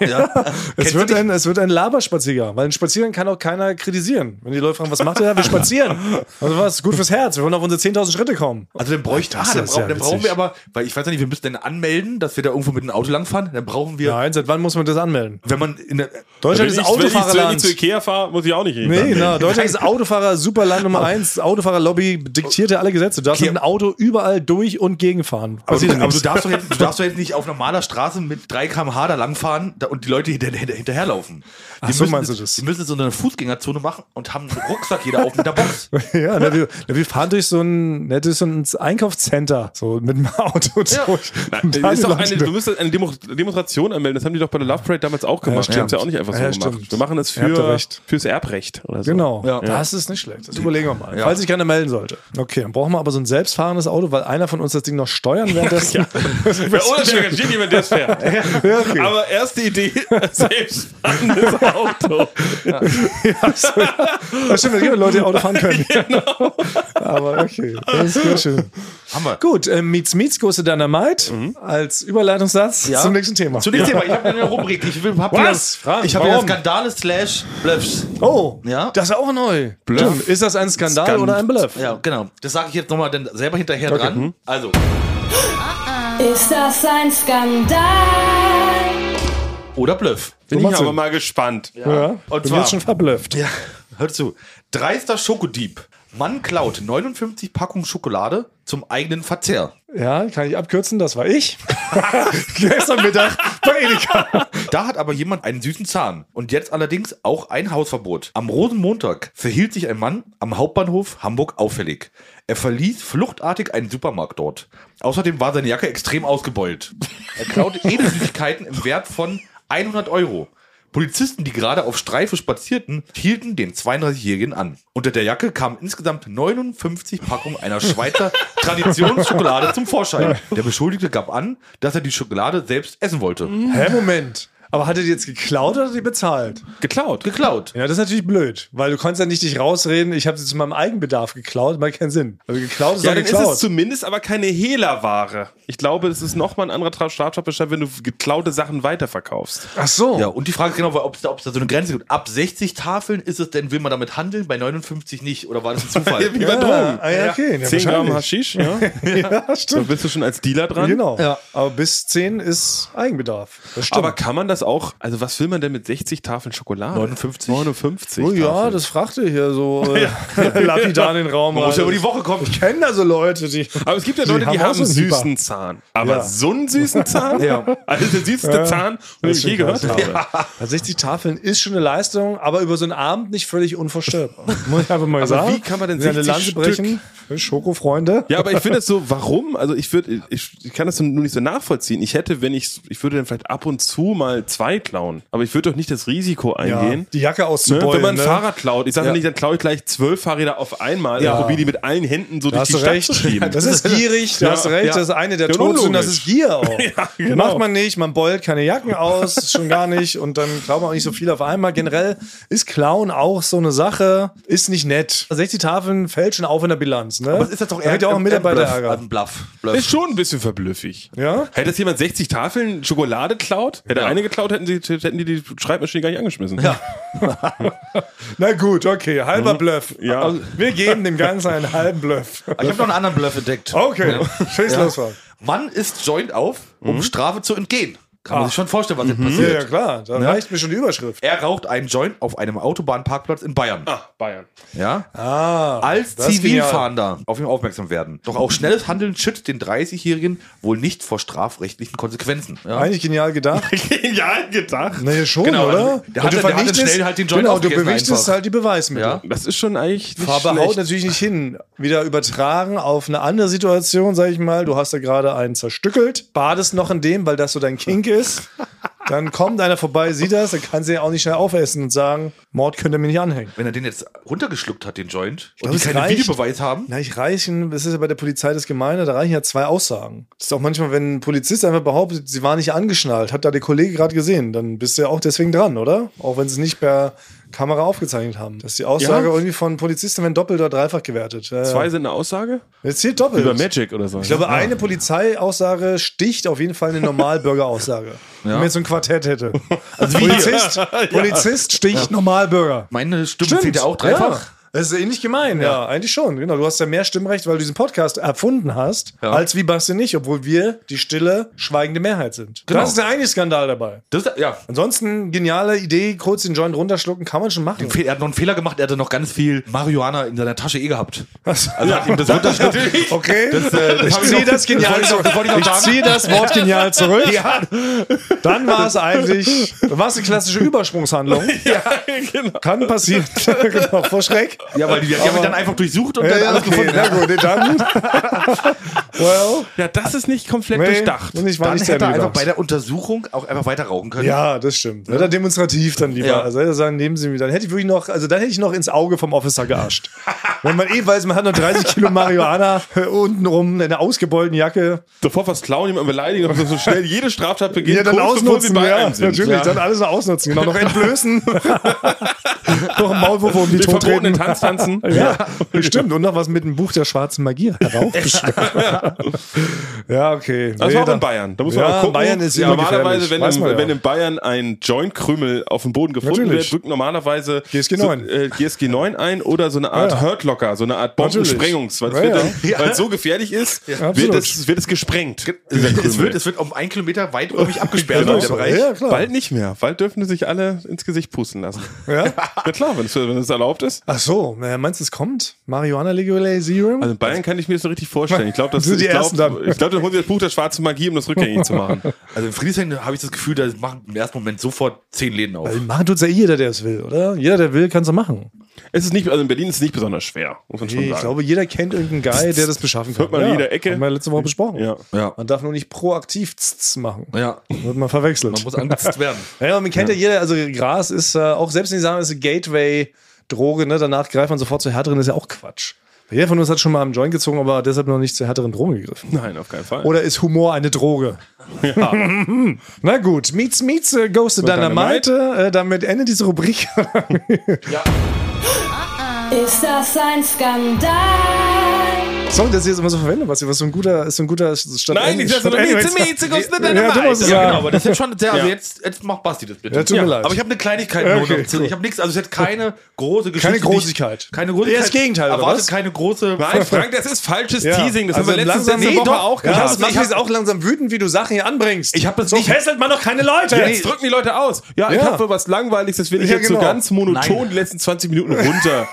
Speaker 2: ja.
Speaker 3: Es wird, ein, es wird ein Laberspaziergang, weil ein Spaziergang kann auch keiner kritisieren. Wenn die Leute fragen, was macht ihr da? Wir spazieren. Also was, gut fürs Herz. Wir wollen auf unsere 10.000 Schritte kommen.
Speaker 2: Also dann bräuchte
Speaker 3: Das
Speaker 2: ah, dann,
Speaker 3: ist
Speaker 2: brauchen-
Speaker 3: ja
Speaker 2: dann brauchen
Speaker 3: witzig.
Speaker 2: wir aber, weil ich weiß ja nicht, wir müssen dann anmelden, dass wir da irgendwo mit dem Auto langfahren. Dann brauchen wir,
Speaker 3: Nein, seit wann muss man das anmelden?
Speaker 2: wenn man in der,
Speaker 3: Deutschland ist
Speaker 1: ich, zu- wenn ich zu
Speaker 3: Autofahrerland.
Speaker 1: Ikea fahre, muss ich auch nicht hin.
Speaker 3: Nee, genau. Deutschland ist Autofahrer, Superland Nummer eins. Autofahrerlobby diktiert ja alle Gesetze. Du darfst mit dem Auto überall durch und gegenfahren.
Speaker 2: aber, du,
Speaker 3: Passiert
Speaker 2: aber du,
Speaker 3: nichts.
Speaker 2: darfst doch jetzt, du darfst doch jetzt nicht auf normaler Straße mit 3 km/h da langfahren da, und die Leute hinter, hinter, hinterherlaufen. Die
Speaker 3: so
Speaker 2: müssen
Speaker 3: meinst du
Speaker 2: es-
Speaker 3: das?
Speaker 2: Die müssen es unter einer Fußgängerzone machen und haben einen Rucksack jeder auf mit der Box.
Speaker 3: Ja, na, wir, na, wir fahren durch so ein, ne, durch so ein Einkaufscenter, so mit dem Auto durch.
Speaker 1: Nein,
Speaker 3: Da
Speaker 1: ist
Speaker 3: die
Speaker 1: doch
Speaker 3: Leute
Speaker 1: eine, du müsstest eine Demo Demonstration anmelden. Das haben die doch bei der Love Parade damals auch gemacht.
Speaker 3: Ja,
Speaker 1: die haben es ja
Speaker 3: stimmt.
Speaker 1: auch nicht einfach so
Speaker 3: Ja,
Speaker 1: gemacht.
Speaker 3: stimmt.
Speaker 1: Wir machen das
Speaker 3: Ihr habt doch
Speaker 1: für,
Speaker 3: recht.
Speaker 1: fürs Erbrecht oder so.
Speaker 3: Genau.
Speaker 2: Ja.
Speaker 3: Das ist nicht schlecht. Das überlegen wir mal.
Speaker 2: Ja.
Speaker 3: Falls sich keiner melden sollte. Okay, dann brauchen wir aber so ein selbstfahrendes Auto, weil einer von uns das Ding noch steuern währenddessen?
Speaker 1: Wer ohne engagiert jemand, der es fährt.
Speaker 3: ja, okay.
Speaker 1: Aber erste Idee, selbstfahrendes Auto.
Speaker 3: Also, Das stimmt, es gibt ja Leute, die Auto fahren können. Genau. Aber okay, das ist sehr schön.
Speaker 2: Hammer.
Speaker 3: Gut, äh, Meets Meets Ghost Dynamite
Speaker 2: Mhm.
Speaker 3: als Überleitungssatz zum nächsten Thema.
Speaker 2: Zu dem Thema, ich habe eine Rubrik. Ich will- hab
Speaker 3: Was?
Speaker 2: Wieder,
Speaker 3: Fragen,
Speaker 2: ich habe wieder
Speaker 3: warum?
Speaker 2: Skandale slash Bluffs.
Speaker 3: oh,
Speaker 2: Ja.
Speaker 3: das ist auch neu.
Speaker 1: Bluff.
Speaker 3: Stimmt. Ist das ein Skandal
Speaker 1: Skand-
Speaker 3: oder ein Bluff?
Speaker 2: Ja, genau. Das sage ich jetzt nochmal dann selber hinterher dran.
Speaker 3: Hm?
Speaker 2: Also,
Speaker 4: Ist das ein Skandal?
Speaker 2: oder Bluff.
Speaker 1: Bin
Speaker 3: macht's
Speaker 1: ich aber
Speaker 3: Sinn.
Speaker 1: mal gespannt.
Speaker 3: Ja.
Speaker 2: Und
Speaker 3: Bin
Speaker 2: zwar-
Speaker 3: jetzt schon verblüfft.
Speaker 2: Ja, hör zu. Dreister Schokodieb. Mann klaut 59 Packungen Schokolade zum eigenen Verzehr.
Speaker 3: Ja, kann ich abkürzen, das war ich. Gestern Mittag bei Edeka.
Speaker 2: Da hat aber jemand einen süßen Zahn. Und jetzt allerdings auch ein Hausverbot. Am Rosenmontag verhielt sich ein Mann am Hauptbahnhof Hamburg auffällig. Er verließ fluchtartig einen Supermarkt dort. Außerdem war seine Jacke extrem ausgebeult. Er klaute Edelsüßigkeiten im Wert von 100 Euro. Polizisten, die gerade auf Streife spazierten, hielten den 32-Jährigen an. Unter der Jacke kamen insgesamt 59 Packungen einer Schweizer Traditionsschokolade zum Vorschein. Der Beschuldigte gab an, dass er die Schokolade selbst essen wollte.
Speaker 3: Hä, Moment. Aber hat er die jetzt geklaut oder hat er die bezahlt?
Speaker 1: Geklaut.
Speaker 2: Geklaut.
Speaker 3: Ja, das ist natürlich blöd, weil du konntest ja nicht dich rausreden, ich habe sie zu meinem Eigenbedarf geklaut, macht keinen Sinn. Also geklaut ist
Speaker 1: Ja,
Speaker 3: auch
Speaker 1: dann
Speaker 3: geklaut.
Speaker 1: ist es zumindest aber keine Hehlerware. Ich glaube, das ist nochmal ein anderer Tra- Straftatbestand, wenn du geklaute Sachen weiterverkaufst.
Speaker 3: Ach so.
Speaker 2: Ja, und die Frage ist genau, ob es da, ob's da so eine Grenze gibt. Ab 60 Tafeln ist es denn, will man damit handeln? Bei 59 nicht. Oder war das ein Zufall?
Speaker 1: Wie bei Drogen.
Speaker 3: Ah, ja, okay. Ja,
Speaker 1: 10 Gramm Haschisch,
Speaker 3: wahrscheinlich.
Speaker 1: ja.
Speaker 3: Ja,
Speaker 1: Da
Speaker 3: stimmt.
Speaker 1: bist du schon als Dealer dran.
Speaker 3: Genau.
Speaker 2: Ja.
Speaker 3: Aber bis 10 ist Eigenbedarf. Das stimmt.
Speaker 1: Aber kann man das auch, also was will man denn mit 60 Tafeln Schokolade?
Speaker 2: 59.
Speaker 1: 59.
Speaker 3: oh ja,
Speaker 1: Tafeln.
Speaker 3: das fragte hier so äh, lapidar in den Raum. Man
Speaker 2: muss ja über die Woche kommen.
Speaker 3: Ich kenne da so Leute, die.
Speaker 1: aber es gibt ja Leute, die,
Speaker 3: auch
Speaker 1: haben
Speaker 3: so
Speaker 1: einen
Speaker 3: einen
Speaker 1: süßen
Speaker 3: Hyper.
Speaker 1: Zahn. Aber
Speaker 3: Ja.
Speaker 1: so einen süßen Zahn?
Speaker 3: Ja.
Speaker 1: Also der süßeste
Speaker 3: Ja.
Speaker 1: Zahn, den
Speaker 3: Das
Speaker 1: ich je
Speaker 3: stimmt,
Speaker 1: gehört
Speaker 3: das
Speaker 1: habe.
Speaker 3: stimmt. Ja, 60 Tafeln ist schon eine Leistung, aber über so einen Abend nicht völlig unvorstellbar. Muss ich einfach mal sagen.
Speaker 1: wie kann man denn
Speaker 3: Wieder eine
Speaker 1: 60
Speaker 3: Lanze brechen? Schokofreunde.
Speaker 1: Ja, aber ich finde es so, warum? Also ich würde, ich, ich kann das nur nicht so nachvollziehen. Ich hätte, wenn ich, ich würde dann vielleicht ab und zu mal zwei klauen. Aber ich würde doch nicht das Risiko eingehen.
Speaker 3: Die Jacke
Speaker 1: Ne?
Speaker 3: auszubeulen.
Speaker 1: Wenn man ein
Speaker 3: ne?
Speaker 1: Fahrrad klaut, ich sage
Speaker 3: Ja.
Speaker 1: nicht, dann klaue ich gleich zwölf Fahrräder auf einmal
Speaker 3: Ja.
Speaker 1: und probiere die mit allen Händen so
Speaker 3: Da
Speaker 1: durch
Speaker 3: hast
Speaker 1: die
Speaker 3: du
Speaker 1: Stadt
Speaker 3: recht.
Speaker 1: zu schieben.
Speaker 3: Das ist gierig, da
Speaker 1: Ja,
Speaker 3: hast du recht.
Speaker 1: ja.
Speaker 3: Das ist eine der
Speaker 1: Ja,
Speaker 3: Todsünden, das
Speaker 1: unlogisch.
Speaker 3: ist Gier auch.
Speaker 1: Ja, genau.
Speaker 3: Macht man nicht, man beult keine Jacken aus, schon gar nicht. Und dann glaubt man auch nicht so viel auf einmal. Generell ist Clown auch so eine Sache, ist nicht nett. 60 Tafeln fällt schon auf in der Bilanz. Ne? Aber
Speaker 2: Das ist das doch
Speaker 3: da hat ja auch ein Mitarbeiter
Speaker 2: Bluff.
Speaker 3: Ärger.
Speaker 2: Also ein Bluff. Bluff.
Speaker 1: Ist schon ein bisschen verblüffig.
Speaker 3: Ja?
Speaker 1: Hätte das jemand 60 Tafeln Schokolade klaut, hätte
Speaker 2: Ja.
Speaker 1: eine geklaut, hätten die, hätten die die Schreibmaschine gar nicht angeschmissen.
Speaker 2: Ja.
Speaker 3: Na gut, okay, halber
Speaker 2: Mhm.
Speaker 3: Bluff.
Speaker 1: Ja.
Speaker 3: Also, Wir geben dem Ganzen einen halben Bluff.
Speaker 2: Ich habe noch einen anderen Bluff entdeckt.
Speaker 3: Okay, schönes
Speaker 2: Ja.
Speaker 3: Losfahrt.
Speaker 2: Mann isst Joint auf, um Strafe zu entgehen. Kann man sich schon vorstellen, was jetzt
Speaker 3: Ja,
Speaker 2: passiert.
Speaker 3: Mhm. Ah. ja, klar, da reicht mir schon die Überschrift.
Speaker 2: Er raucht einen Joint auf einem Autobahnparkplatz in Bayern.
Speaker 1: Ah, Bayern.
Speaker 2: Ja?
Speaker 3: Ah,
Speaker 2: Als
Speaker 3: das ist genial.
Speaker 2: Zivilfahnder auf ihn aufmerksam werden. Doch auch schnelles Handeln schützt den 30-Jährigen wohl nicht vor strafrechtlichen Konsequenzen. Ja.
Speaker 3: Eigentlich genial gedacht.
Speaker 1: Genial gedacht.
Speaker 3: Naja, schon,
Speaker 2: Genau,
Speaker 3: oder?
Speaker 2: also der hat-
Speaker 3: Und du
Speaker 2: der hat
Speaker 3: vernichtest-
Speaker 2: dann schnell halt den Joint
Speaker 3: Genau, du
Speaker 2: aufgegessen
Speaker 3: bewichtest
Speaker 2: einfach.
Speaker 3: halt die Beweismittel.
Speaker 2: Ja.
Speaker 1: Das ist schon eigentlich nicht
Speaker 3: Farbe
Speaker 1: schlecht.
Speaker 3: haut natürlich nicht hin. Wieder übertragen auf eine andere Situation, sag ich mal. Du hast da gerade einen zerstückelt, badest noch in dem, weil das so dein Kink ist. Dann kommt einer vorbei, sieht das, dann kann sie ja auch nicht schnell aufessen und sagen, Mord könnt ihr mir nicht anhängen.
Speaker 2: Wenn er den jetzt runtergeschluckt hat, den Joint,
Speaker 3: glaub,
Speaker 2: und die
Speaker 3: es
Speaker 2: keinen
Speaker 3: reicht.
Speaker 2: Videobeweis haben,
Speaker 3: Na, ich reichen, das ist ja bei der Polizei das Gemeine, da reichen ja zwei Aussagen. Das ist auch manchmal, wenn ein Polizist einfach behauptet, sie war nicht angeschnallt, hat da der Kollege gerade gesehen, dann bist du ja auch deswegen dran, oder? Auch wenn sie es nicht per Kamera aufgezeichnet haben. Das ist die Aussage
Speaker 1: Ja.
Speaker 3: irgendwie von Polizisten, wenn doppelt oder dreifach gewertet. Äh, Ja,
Speaker 1: Zwei
Speaker 3: ja.
Speaker 1: sind eine Aussage?
Speaker 3: Jetzt hier doppelt.
Speaker 1: Über Magic oder so.
Speaker 3: Ich glaube, eine Polizeiaussage sticht auf jeden Fall eine Normalbürgeraussage. Wenn man jetzt so ein Quartett hätte. Also Polizist, Polizist sticht Normalbürger.
Speaker 2: meine Stimme fehlt ja auch dreifach.
Speaker 3: Ja. Das ist ähnlich gemein, ja. eigentlich schon. Genau, du hast ja mehr Stimmrecht, weil du diesen Podcast erfunden hast, als wie Basti nicht, obwohl wir die stille, schweigende Mehrheit sind.
Speaker 2: Genau.
Speaker 3: Das ist der eigentliche Skandal dabei.
Speaker 2: Das ist, ja.
Speaker 3: Ansonsten, geniale Idee, kurz den Joint runterschlucken, kann man schon machen.
Speaker 2: Er hat noch einen Fehler gemacht, er hatte noch ganz viel Marihuana in seiner Tasche eh gehabt.
Speaker 3: Also,
Speaker 2: hat ihm das runtergeschluckt.
Speaker 3: Okay,
Speaker 2: äh, hab
Speaker 3: ich
Speaker 2: ich
Speaker 3: ziehe
Speaker 2: noch-
Speaker 3: das genial
Speaker 2: das wollte
Speaker 3: zurück.
Speaker 2: ich noch- das wollte ich noch
Speaker 3: Ich
Speaker 2: sagen.
Speaker 3: ziehe das Wort genial zurück. Dann war es eigentlich, dann war es eine klassische Übersprungshandlung.
Speaker 1: Ja, genau.
Speaker 3: Kann passieren. genau, vor Schreck.
Speaker 2: Ja, weil die, die haben ihn dann einfach durchsucht und dann alles gefunden.
Speaker 3: na gut, dann. well,
Speaker 1: Ja, das ist nicht komplett
Speaker 3: nee,
Speaker 1: durchdacht.
Speaker 3: Und ich war
Speaker 2: Dann
Speaker 3: nicht
Speaker 2: hätte er
Speaker 3: selber
Speaker 2: einfach
Speaker 3: gedacht.
Speaker 2: bei der Untersuchung auch einfach weiter rauchen können.
Speaker 3: Ja, das stimmt. Oder demonstrativ dann lieber.
Speaker 2: Ja.
Speaker 3: Also hätte er sagen, nehmen Sie mich. Dann hätte ich wirklich noch, also dann hätte ich noch ins Auge vom Officer gearscht. Wenn man eh weiß, man hat noch 30 Kilo Marihuana äh, untenrum in einer ausgebeulten Jacke.
Speaker 1: Bevor wir klauen, jemanden beleidigen, aber so schnell jede Straftat begehen,
Speaker 3: Ja, dann
Speaker 1: kurz bevor sie
Speaker 3: ausnutzen.
Speaker 1: bei
Speaker 3: Ja,
Speaker 1: einem sind.
Speaker 3: natürlich,
Speaker 1: Ja.
Speaker 3: dann alles noch ausnutzen. Genau, noch entblößen. noch einen Maulwurf um die
Speaker 1: Den
Speaker 3: Tod
Speaker 1: verbotenen
Speaker 3: treten.
Speaker 1: Tanz tanzen.
Speaker 3: Ja, stimmt. Und noch was mit dem Buch der schwarzen Magie heraufgeschrieben. ja, okay.
Speaker 1: Das
Speaker 3: Nee,
Speaker 1: war auch in
Speaker 3: dann-
Speaker 1: Bayern. Da muss
Speaker 3: Ja,
Speaker 1: man auch gucken.
Speaker 3: Bayern ist immer
Speaker 1: normalerweise,
Speaker 3: gefährlich.
Speaker 1: wenn,
Speaker 3: Weiß
Speaker 1: im,
Speaker 3: man ja.
Speaker 1: wenn in Bayern ein Joint-Krümel auf dem Boden gefunden
Speaker 3: Natürlich.
Speaker 1: wird, drückt normalerweise
Speaker 3: GSG
Speaker 1: so,
Speaker 3: 9.
Speaker 1: äh, GSG 9 ein oder so eine Art
Speaker 3: Ja.
Speaker 1: Hurtlocker, so eine Art
Speaker 3: Natürlich.
Speaker 1: Bombensprengungs. Weil es
Speaker 3: Ja,
Speaker 1: wird
Speaker 3: ja.
Speaker 1: dann- weil es so gefährlich ist, wird,
Speaker 3: absolut.
Speaker 1: es, wird es gesprengt. dieser
Speaker 2: Es
Speaker 1: Krümel.
Speaker 2: wird, es wird um einen Kilometer weiträumig abgesperrt,
Speaker 3: Genau
Speaker 2: der
Speaker 3: so.
Speaker 2: Bereich.
Speaker 3: Ja, klar.
Speaker 1: Bald nicht mehr. Bald dürfen sie sich alle ins Gesicht pusten lassen.
Speaker 3: Ja?
Speaker 1: Ja klar, wenn es, wenn es erlaubt ist.
Speaker 3: Ach so, na, meinst du, es kommt? Marihuana Legalization?
Speaker 1: Also in Bayern kann ich mir das so richtig vorstellen. Ich glaube, das
Speaker 3: Sind die
Speaker 1: ich
Speaker 3: Ersten
Speaker 1: glaub,
Speaker 3: dann.
Speaker 1: ich glaub, da holen sie das Buch der schwarzen Magie, um das rückgängig zu machen.
Speaker 2: Also in Friedrichshain habe ich das Gefühl, da machen im ersten Moment sofort zehn Läden auf.
Speaker 3: Also machen tut's ja eh jeder, der es will, oder? Jeder, der will, kann es machen.
Speaker 1: Es ist nicht, also in Berlin ist es nicht besonders schwer, muss man schon
Speaker 3: Nee,
Speaker 1: sagen.
Speaker 3: ich glaube, jeder kennt irgendeinen Guy, der das beschaffen kann.
Speaker 1: Hört man in
Speaker 3: ja,
Speaker 1: jeder Ecke.
Speaker 3: Haben wir letzte Woche besprochen.
Speaker 1: ja.
Speaker 2: Ja.
Speaker 3: Man darf nur nicht proaktiv tz machen.
Speaker 2: Ja.
Speaker 3: Wird man verwechselt.
Speaker 2: Man muss angeputzt werden.
Speaker 3: ja, und man kennt ja. jeder, also Gras ist äh, auch, selbst wenn die sagen, es ist eine Gateway-Droge, ne? danach greift man sofort zur härteren, ist ja auch Quatsch. Jeder von uns hat schon mal am Joint gezogen, aber deshalb noch nicht zur härteren Droge gegriffen.
Speaker 1: Nein, auf keinen Fall.
Speaker 3: Oder ist Humor eine Droge? Na gut, Meets Meets äh, Goes to
Speaker 1: Dynamite.
Speaker 3: Dynamite. Äh, damit endet diese Rubrik.
Speaker 4: Ist das ein Skandal?
Speaker 3: Sorry, dass ich das immer so verwende, was, was so ein guter ist so ein guter Stadt.
Speaker 1: Nein, ich
Speaker 3: Stadt-
Speaker 1: sag so,
Speaker 3: Englisch-
Speaker 1: Mieze, Mieze, Goes to
Speaker 3: Ja,
Speaker 1: Dynamite.
Speaker 3: du musst es
Speaker 2: Ja,
Speaker 3: sagen.
Speaker 2: genau, aber das ist jetzt schon. Der, also
Speaker 1: Ja.
Speaker 2: jetzt, jetzt macht Basti das bitte.
Speaker 3: Ja, tut mir leid.
Speaker 2: Aber ich habe eine Kleinigkeit nur
Speaker 3: Okay,
Speaker 2: noch zu.
Speaker 3: cool.
Speaker 2: Ich habe nichts, also es hat keine große Geschichte. die-
Speaker 3: Großigkeit.
Speaker 2: Keine Großigkeit.
Speaker 3: Eher das Gegenteil, oder
Speaker 2: Erwartet
Speaker 3: was?
Speaker 2: keine große.
Speaker 1: Nein, Frank, das ist falsches
Speaker 3: Ja. Also
Speaker 1: Teasing. Das haben wir letztens
Speaker 3: langsam
Speaker 1: letzte
Speaker 3: nee,
Speaker 1: Woche
Speaker 3: doch,
Speaker 1: auch
Speaker 3: ja,
Speaker 1: gehabt.
Speaker 3: Das macht
Speaker 1: ich hab,
Speaker 3: mich auch langsam wütend, wie du Sachen hier anbringst.
Speaker 2: Ich hab das
Speaker 3: so
Speaker 2: nicht-
Speaker 3: fesselt man doch keine Leute.
Speaker 1: jetzt drücken die Leute aus. Ja, ich
Speaker 3: Ja.
Speaker 1: habe was Langweiliges, das will ich
Speaker 3: Ja,
Speaker 1: jetzt so
Speaker 3: genau.
Speaker 1: ganz monoton
Speaker 2: Nein.
Speaker 1: die letzten 20 Minuten runter,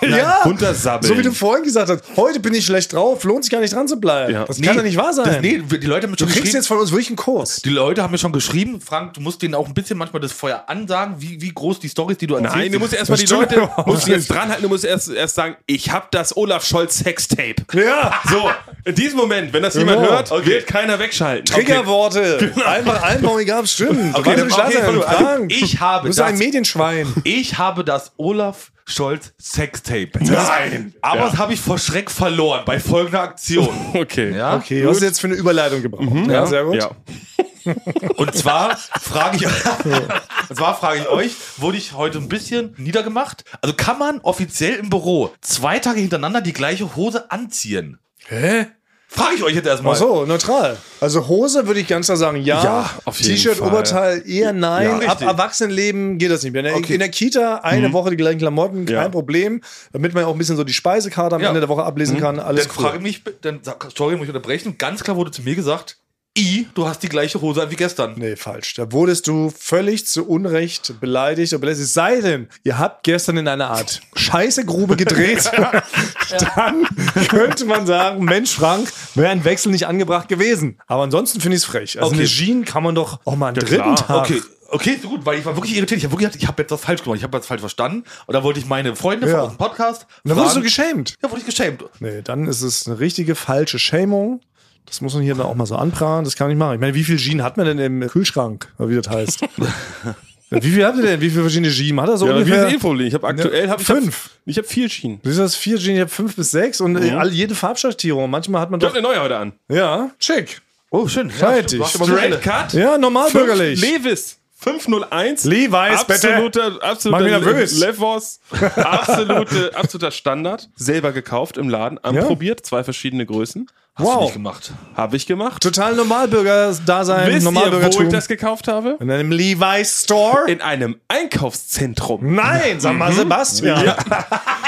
Speaker 1: runtersabbeln.
Speaker 3: So wie du vorhin gesagt hast, heute bin ich schlecht drauf, lohnt sich gar nicht dran zu bleiben.
Speaker 1: Ja.
Speaker 3: Das
Speaker 1: Nee,
Speaker 3: kann doch nicht wahr sein.
Speaker 2: Das, nee, die Leute haben mir
Speaker 3: du
Speaker 2: schon
Speaker 3: kriegst
Speaker 2: geschrieben.
Speaker 3: jetzt von uns wirklich einen Kurs.
Speaker 2: Die Leute haben mir schon geschrieben, Frank, du musst denen auch ein bisschen manchmal das Feuer ansagen, wie, wie groß die Stories, die du erzählst.
Speaker 1: Nein, du
Speaker 2: sind.
Speaker 1: musst erstmal die
Speaker 3: Das stimmt
Speaker 1: Leute
Speaker 3: überhaupt
Speaker 1: musst du jetzt
Speaker 3: nicht.
Speaker 1: dranhalten, du musst erst, erst sagen, ich habe das Olaf Scholz Sextape.
Speaker 3: Ja.
Speaker 1: So, in diesem Moment, wenn das jemand
Speaker 3: Genau.
Speaker 1: hört, wird keiner wegschalten.
Speaker 3: Triggerworte. Einfach einbauen, egal, stimmt.
Speaker 2: Genau. Okay, dann- okay,
Speaker 3: okay,
Speaker 2: warte mal.
Speaker 3: Frank.
Speaker 2: Ich habe
Speaker 3: Du bist
Speaker 2: das-
Speaker 3: ein Medienschwein.
Speaker 2: Ich habe das Olaf Scholz Sextape.
Speaker 1: Nein.
Speaker 2: Aber
Speaker 1: Ja.
Speaker 2: das habe ich vor Schreck verloren bei folgender Aktion.
Speaker 1: Okay.
Speaker 2: Ja?
Speaker 3: Okay, was hast du jetzt für eine Überleitung gebraucht?
Speaker 2: Mhm,
Speaker 3: Ja, sehr gut.
Speaker 1: Ja.
Speaker 2: Und zwar frage ich, und zwar frage ich euch, wurde ich heute ein bisschen niedergemacht? Also kann man offiziell im Büro zwei Tage hintereinander die gleiche Hose anziehen?
Speaker 3: Hä?
Speaker 2: Frage ich euch jetzt erstmal.
Speaker 3: Ach so, neutral. Also Hose würde ich ganz klar sagen, ja.
Speaker 1: Ja, auf jeden
Speaker 3: T-Shirt,
Speaker 1: Fall.
Speaker 3: Oberteil eher nein.
Speaker 2: Ja,
Speaker 3: Ab
Speaker 2: richtig. Mhm.
Speaker 3: Erwachsenenleben geht das nicht mehr. ne? In der, in der Kita eine Woche die gleichen Klamotten, kein
Speaker 1: Ja.
Speaker 3: Problem. Damit man ja auch ein bisschen so die Speisekarte am
Speaker 2: Ja.
Speaker 3: Ende der Woche ablesen kann. Alles
Speaker 2: Dann frage
Speaker 3: cool.
Speaker 2: ich mich, dann sag- sorry, muss ich unterbrechen. Ganz klar wurde zu mir gesagt, I, du hast die gleiche Hose an wie gestern.
Speaker 3: Nee, falsch. Da wurdest du völlig zu Unrecht beleidigt und belästigt. Es sei denn, ihr habt gestern in einer Art Scheißegrube gedreht. Dann könnte man sagen, Mensch, Frank, wäre ein Wechsel nicht angebracht gewesen. Aber ansonsten finde ich es frech. Also
Speaker 2: Okay.
Speaker 3: eine Jean kann man doch auch mal einen dritten
Speaker 1: Oh klar.
Speaker 3: Tag.
Speaker 2: Okay, okay, so gut, weil ich war wirklich irritiert. Ich habe wirklich gedacht, ich habe jetzt was falsch gemacht. Ich habe was falsch verstanden. Und da wollte ich meine Freunde
Speaker 3: Ja.
Speaker 2: aus dem Podcast.
Speaker 3: Dann wurdest du
Speaker 2: fragen.
Speaker 3: geschämt.
Speaker 2: Ja, wurde ich geschämt.
Speaker 3: Nee, dann ist es eine richtige falsche Schämung. Das muss man hier dann auch mal so anprahlen. Das kann ich machen. Ich meine, wie viel Jean hat man denn im Kühlschrank, oder wie das heißt? wie viel habt ihr denn? Wie viele verschiedene Jean hat er so
Speaker 1: Ja, aber eh wie
Speaker 3: ungefähr?
Speaker 1: ist Info Ich habe aktuell hab, ich
Speaker 3: Fünf.
Speaker 1: Hab, ich habe vier Schienen.
Speaker 3: Du siehst das vier Jean, ich habe fünf bis sechs und
Speaker 1: Mhm.
Speaker 3: äh, alle, jede Farbschattierung. Manchmal hat man
Speaker 1: Ich
Speaker 3: doch.
Speaker 1: habe eine neue heute an.
Speaker 3: Ja, schick.
Speaker 2: Oh, schön.
Speaker 3: Scheit
Speaker 2: stimmt, du
Speaker 3: dich.
Speaker 2: hast aber so
Speaker 1: Straight
Speaker 2: eine-
Speaker 1: Cut.
Speaker 3: Ja,
Speaker 1: Fünf-
Speaker 3: normalbürgerlich.
Speaker 1: Levis. 501.
Speaker 3: Levi's,
Speaker 1: absoluter, absoluter
Speaker 3: Mach mich
Speaker 1: Le-
Speaker 3: nervös.
Speaker 1: Levos, absolute, absoluter Standard. Selber gekauft im Laden, anprobiert, zwei verschiedene Größen.
Speaker 2: Hast du
Speaker 3: Wow.
Speaker 2: nicht gemacht.
Speaker 1: Habe ich gemacht.
Speaker 3: Total Normalbürger-Dasein,
Speaker 1: Wisst ihr, wo ich
Speaker 3: Normalbürgertum.
Speaker 1: das gekauft habe?
Speaker 3: In einem Levi's Store?
Speaker 1: In einem Einkaufszentrum.
Speaker 3: Nein, sag mal, Sebastian.
Speaker 1: Ja.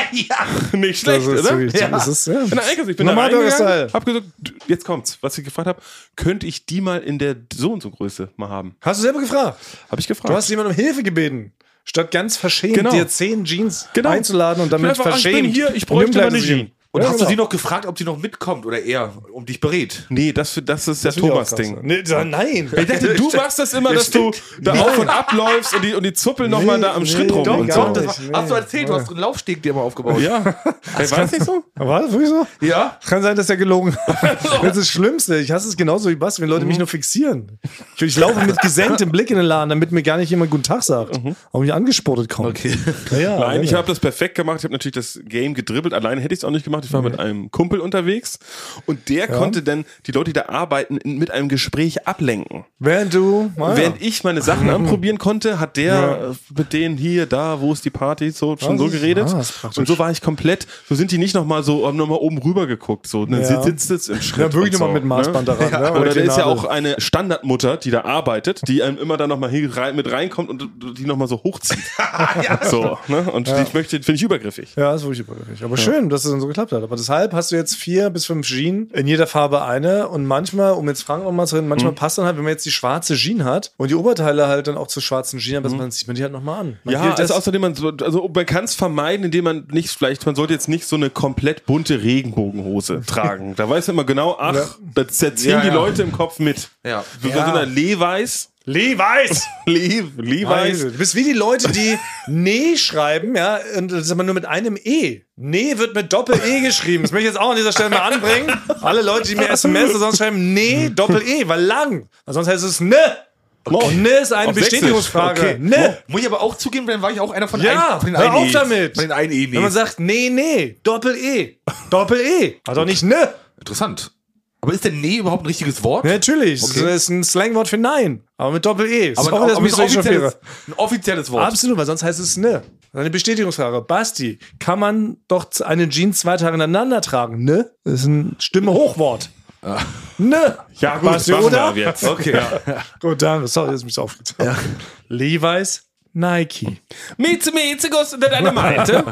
Speaker 1: Nicht schlecht,
Speaker 3: Hm? Das ist
Speaker 1: oder?
Speaker 3: richtig. Das ist, ja.
Speaker 1: In der Einkaufs- ich bin da
Speaker 3: Normal
Speaker 1: reingegangen,
Speaker 3: Burger-Style.
Speaker 1: hab gesagt, du, jetzt kommt's, was ich gefragt habe, könnte ich die mal in der so und so Größe mal haben?
Speaker 3: Hast du selber gefragt?
Speaker 1: Habe ich gefragt.
Speaker 3: Du hast jemand um Hilfe gebeten. Statt ganz verschämt
Speaker 1: Genau.
Speaker 3: dir zehn Jeans einzuladen und
Speaker 1: Ich bin
Speaker 3: damit
Speaker 1: einfach, ach,
Speaker 3: verschämt.
Speaker 1: Ich bin hier, ich
Speaker 3: in dem
Speaker 1: bräuchte mal
Speaker 3: Kleid
Speaker 1: eine
Speaker 3: zu gehen.
Speaker 1: Jeans.
Speaker 2: Und
Speaker 3: Ja,
Speaker 2: hast
Speaker 3: genau.
Speaker 2: du sie noch gefragt, ob sie noch mitkommt oder er, um dich berät?
Speaker 1: Nee, das, für- das ist der
Speaker 3: finde ich auch
Speaker 1: Thomas-Ding.
Speaker 3: krass. ne? Nee, da- nein.
Speaker 1: Ich dachte, du machst das immer, dass du da auf und abläufst und die, und die zuppeln nochmal
Speaker 3: Nee,
Speaker 1: da am
Speaker 3: nee,
Speaker 1: Schritt rum
Speaker 3: doch,
Speaker 1: und
Speaker 3: Ja,
Speaker 1: so.
Speaker 3: doch,
Speaker 2: das
Speaker 3: ich-
Speaker 2: war, hast du
Speaker 3: nee.
Speaker 2: erzählt, du hast einen Laufsteg dir mal aufgebaut.
Speaker 1: Ja. Ey, war das nicht so?
Speaker 3: War das wirklich so?
Speaker 2: Ja?
Speaker 3: Kann sein, dass er gelogen hat. Das ist das Schlimmste. Ich hasse es genauso wie Basti, wenn Leute
Speaker 1: Mhm.
Speaker 3: mich nur fixieren. Ich, ich laufe mit gesenktem Blick in den Laden, damit mir gar nicht jemand Guten Tag sagt. Auch mich angesportet kommt.
Speaker 2: Okay.
Speaker 3: Ja, ja,
Speaker 1: Mhm. Nein,
Speaker 3: ja,
Speaker 1: ich
Speaker 3: ja.
Speaker 1: habe das perfekt gemacht. Ich habe natürlich das Game gedribbelt. Alleine hätte ich es auch nicht gemacht. Ich war mit einem Kumpel unterwegs und der konnte dann die Leute, die da arbeiten, in, mit einem Gespräch ablenken.
Speaker 3: Während du. Ah, ja.
Speaker 1: Während ich meine Sachen anprobieren konnte, hat der äh, mit denen hier, da, wo ist die Party, so schon
Speaker 3: Ah,
Speaker 1: so
Speaker 3: das ist-
Speaker 1: geredet.
Speaker 3: ah, das ist praktisch.
Speaker 1: und so war ich komplett, so sind die nicht nochmal so, haben nochmal oben rüber geguckt. So, dann
Speaker 3: Ja.
Speaker 1: sitzt es im Schritt.
Speaker 3: Ja, wirklich
Speaker 1: und so,
Speaker 3: nochmal mit Maßband daran. ne?
Speaker 1: Oder da
Speaker 3: die
Speaker 1: ist ja
Speaker 3: Nadel.
Speaker 1: auch eine Standardmutter, die da arbeitet, die einem immer dann nochmal rein, mit reinkommt und die nochmal so hochzieht. So, ne? Und die ich möchte, finde ich übergriffig.
Speaker 3: Ja, das ist wirklich übergriffig. Aber schön, dass es dann so geklappt hat. Aber deshalb hast du jetzt vier bis fünf Jeans, in jeder Farbe eine. Und manchmal, um jetzt Frank nochmal zu reden, manchmal
Speaker 1: Mhm.
Speaker 3: passt dann halt, wenn man jetzt die schwarze Jeans hat und die Oberteile halt dann auch zur schwarzen Jeans, aber man sieht man die halt nochmal an. Man
Speaker 1: Mhm. Ja,
Speaker 3: hielt
Speaker 1: also
Speaker 3: das-
Speaker 1: außerdem man, so- also man kann es vermeiden, indem man nicht vielleicht, man sollte jetzt nicht so eine komplett bunte Regenbogenhose tragen. Da weiß man immer genau, ach,
Speaker 3: Ja.
Speaker 1: da zerziehen
Speaker 2: Ja,
Speaker 1: die
Speaker 2: ja.
Speaker 1: Leute im Kopf mit.
Speaker 2: Ja.
Speaker 1: So, so einer Levi's.
Speaker 3: Levi's!
Speaker 1: Le Levi's.
Speaker 3: Leise. Du bist wie die Leute, die Nee schreiben, ja, und das ist aber nur mit einem E. Nee wird mit Doppel-E geschrieben. Das möchte ich jetzt auch an dieser Stelle mal anbringen. Alle Leute, die mir SMS oder sonst schreiben, Nee, Doppel-E, weil lang. Weil sonst heißt es Ne. Und Ne ist eine
Speaker 1: Auf Sächsisch.
Speaker 3: Bestätigungsfrage.
Speaker 1: Okay.
Speaker 3: Ne.
Speaker 2: Muss ich aber auch zugeben, dann war ich auch einer von
Speaker 3: Ja,
Speaker 2: ein, von den
Speaker 3: hör
Speaker 2: einen
Speaker 3: auf
Speaker 2: E's.
Speaker 3: damit.
Speaker 2: Von den einen E,
Speaker 3: Wenn man sagt, nee, nee, Doppel-E, Doppel-E, hat doch nicht ne.
Speaker 2: Interessant. Aber ist denn Nee überhaupt ein richtiges Wort?
Speaker 3: Ja, natürlich,
Speaker 2: Okay.
Speaker 3: das ist ein Slangwort für nein, aber mit Doppel-E.
Speaker 2: Aber,
Speaker 3: Sorry,
Speaker 2: ein,
Speaker 3: dass
Speaker 2: aber
Speaker 3: mich
Speaker 2: ein,
Speaker 3: so echauffiere.
Speaker 2: offizielles, ein offizielles Wort.
Speaker 3: Absolut, weil sonst heißt es ne. Eine Bestätigungsfrage. Basti, kann man doch z- eine Jeans zwei Tage ineinander tragen? Ne? Das ist ein Stimme-Hochwort. Ne?
Speaker 1: Ja,
Speaker 3: Basti,
Speaker 1: machen
Speaker 3: oder?
Speaker 1: wir jetzt.
Speaker 2: Okay.
Speaker 3: Gut, danke. Sorry, dass ich mich so aufgetan ja. Levi's Nike.
Speaker 1: Mieze, Mieze, Guss, und dann eine
Speaker 2: Genau.
Speaker 1: Malte.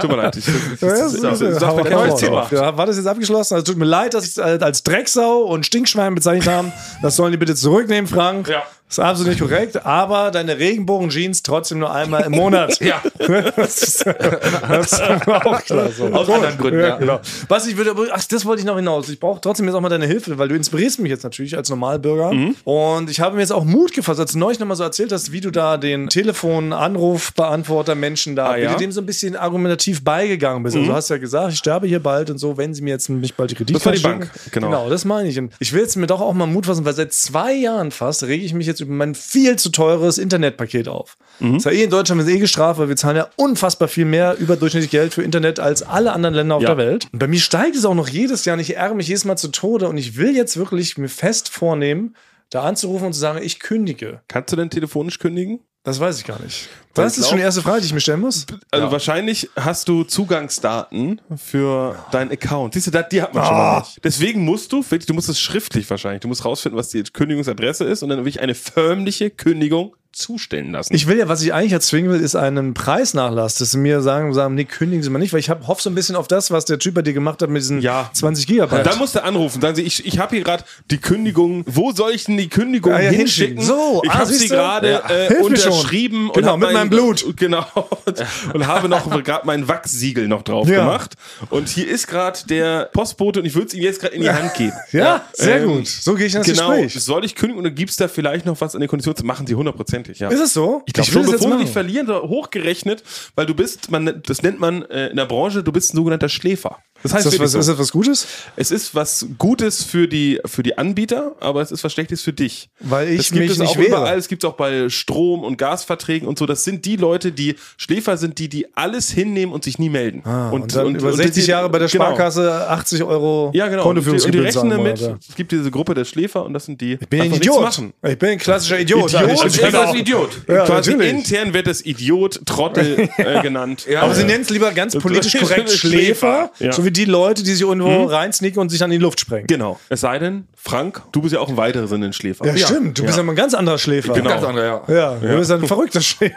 Speaker 1: Tut mir leid. Ich, ich, ich,
Speaker 3: das
Speaker 1: so, so, sag mal, neues Thema.
Speaker 3: ja, war das jetzt abgeschlossen? Also tut mir leid, dass ich es als als Drecksau und Stinkschwein bezeichnet haben. Das sollen die bitte zurücknehmen, Frank.
Speaker 1: Ja.
Speaker 3: Das ist absolut nicht korrekt, aber deine Regenbogen-Jeans trotzdem nur einmal im Monat.
Speaker 2: Ja.
Speaker 3: das ist, das ist auch klar so.
Speaker 2: Aus anderen Gründen, ja.
Speaker 3: genau. Was ich würde, aber- ach, das wollte ich noch hinaus. Ich brauche trotzdem jetzt auch mal deine Hilfe, weil du inspirierst mich jetzt natürlich als Normalbürger.
Speaker 1: Mhm.
Speaker 3: Und ich habe mir jetzt auch Mut gefasst, als du neulich nochmal so erzählt hast, wie du da den Telefonanrufbeantworter Menschen da,
Speaker 1: Ah, ja? Mhm.
Speaker 3: wie du dem so ein bisschen argumentativ beigegangen bist. Also du hast ja gesagt, ich sterbe hier bald und so, wenn sie mir jetzt nicht bald die Kredit
Speaker 1: Das war die
Speaker 3: verschicken.
Speaker 1: Bank, genau.
Speaker 3: Genau, das meine ich. Und ich will jetzt mir doch auch mal Mut fassen, weil seit zwei Jahren fast rege ich mich jetzt über mein viel zu teures Internetpaket auf.
Speaker 1: Mhm.
Speaker 3: Ist ja eh in Deutschland ist eh gestraft, weil wir zahlen ja unfassbar viel mehr überdurchschnittlich Geld für Internet als alle anderen Länder auf
Speaker 1: Ja.
Speaker 3: der Welt. Und bei mir steigt es auch noch jedes Jahr und ich ärgere mich jedes Mal zu Tode und ich will jetzt wirklich mir fest vornehmen, da anzurufen und zu sagen, ich kündige.
Speaker 1: Kannst du denn telefonisch kündigen?
Speaker 3: Das weiß ich gar nicht.
Speaker 1: Weil
Speaker 3: Das
Speaker 1: ich
Speaker 3: ist schon
Speaker 1: glaub-
Speaker 3: die erste Frage, die ich mir stellen muss.
Speaker 1: Also wahrscheinlich hast du Zugangsdaten für deinen Account. Siehst du, da- die hat man schon mal nicht. Deswegen musst du, wirklich, du musst es schriftlich wahrscheinlich, du musst rausfinden, was die Kündigungsadresse ist und dann wirklich eine förmliche Kündigung zustellen lassen.
Speaker 3: Ich will ja, was ich eigentlich erzwingen will, ist einen Preisnachlass, dass sie mir sagen, sagen, nee, kündigen Sie mal nicht, weil ich hab, hoffe so ein bisschen auf das, was der Typ bei dir gemacht hat mit diesen
Speaker 1: Ja.
Speaker 3: 20 Gigabyte.
Speaker 1: dann musst du anrufen, sagen sie, ich, ich habe hier gerade die Kündigung, wo soll ich denn die Kündigung
Speaker 3: Ah, ja,
Speaker 1: hinschicken?
Speaker 3: hinschicken. So,
Speaker 1: ich
Speaker 3: ah,
Speaker 1: habe sie
Speaker 3: siehst du?
Speaker 1: gerade
Speaker 3: Ja.
Speaker 1: äh,
Speaker 3: Hilf mir schon.
Speaker 1: unterschrieben.
Speaker 3: Genau,
Speaker 1: hab
Speaker 3: mit meinem Blut.
Speaker 1: Genau. Und, und habe noch gerade mein Wachssiegel noch drauf
Speaker 3: Ja.
Speaker 1: gemacht. Und hier ist gerade der Postbote und ich würde es ihm jetzt gerade in die Hand geben.
Speaker 3: ja, sehr
Speaker 1: Ähm,
Speaker 3: gut. So gehe ich in das
Speaker 1: Genau,
Speaker 3: Gespräch.
Speaker 1: soll ich kündigen oder gibt es da vielleicht noch was in den Konditionen? Machen sie hundertprozentig, ja.
Speaker 3: Ist es so?
Speaker 1: Ich glaube
Speaker 3: will
Speaker 1: schon,
Speaker 3: das jetzt
Speaker 1: bevor wir
Speaker 3: machen.
Speaker 1: dich verlieren, so hochgerechnet, weil du bist, man, das nennt man äh, in der Branche, du bist ein sogenannter Schläfer. Das heißt,
Speaker 3: Ist das,
Speaker 1: wirklich
Speaker 3: was,
Speaker 1: so.
Speaker 3: ist das was Gutes?
Speaker 1: es ist was Gutes für die, für die Anbieter, aber es ist was Schlechtes für dich.
Speaker 3: Weil ich
Speaker 1: das gibt
Speaker 3: mich
Speaker 1: es
Speaker 3: nicht
Speaker 1: auch
Speaker 3: wehre.
Speaker 1: überall, es gibt es auch bei Strom- und Gasverträgen und so. Das sind die Leute, die Schläfer sind, die, die alles hinnehmen und sich nie melden.
Speaker 3: Ah, und, dann über 60
Speaker 1: die-
Speaker 3: Jahre bei der
Speaker 1: genau.
Speaker 3: Sparkasse 80 Euro
Speaker 1: Ja, genau. Und die, und die
Speaker 3: Kontoführungsgebühren
Speaker 1: rechnen
Speaker 3: zahlen
Speaker 1: damit,
Speaker 3: wollen, Alter.
Speaker 1: es gibt diese Gruppe der Schläfer und das sind die.
Speaker 3: Ich bin ein
Speaker 1: einfach nichts
Speaker 3: Idiot.
Speaker 1: Machen.
Speaker 3: Ich bin ein klassischer Idiot.
Speaker 1: Idiot,
Speaker 3: eigentlich.
Speaker 1: ist
Speaker 3: Genau.
Speaker 1: das ein
Speaker 2: Idiot.
Speaker 3: Ja,
Speaker 1: quasi
Speaker 3: natürlich.
Speaker 1: intern wird das Idiot Trottel äh, genannt. Ja.
Speaker 3: Aber sie nennen es lieber ganz politisch korrekt Schläfer,
Speaker 1: Ja. Hm?
Speaker 3: so wie die Leute, die sich irgendwo reinsneaken und sich dann in die Luft sprengen.
Speaker 1: Genau. Es sei denn, Frank, du bist ja auch ein weiterer Sinn ein Schläfer.
Speaker 3: Ja, stimmt. Du bist ja mal ein ganz anderer Schläfer.
Speaker 1: Genau.
Speaker 2: Ganz andere, ja.
Speaker 3: Ja, du bist ein verrückter Schäfer.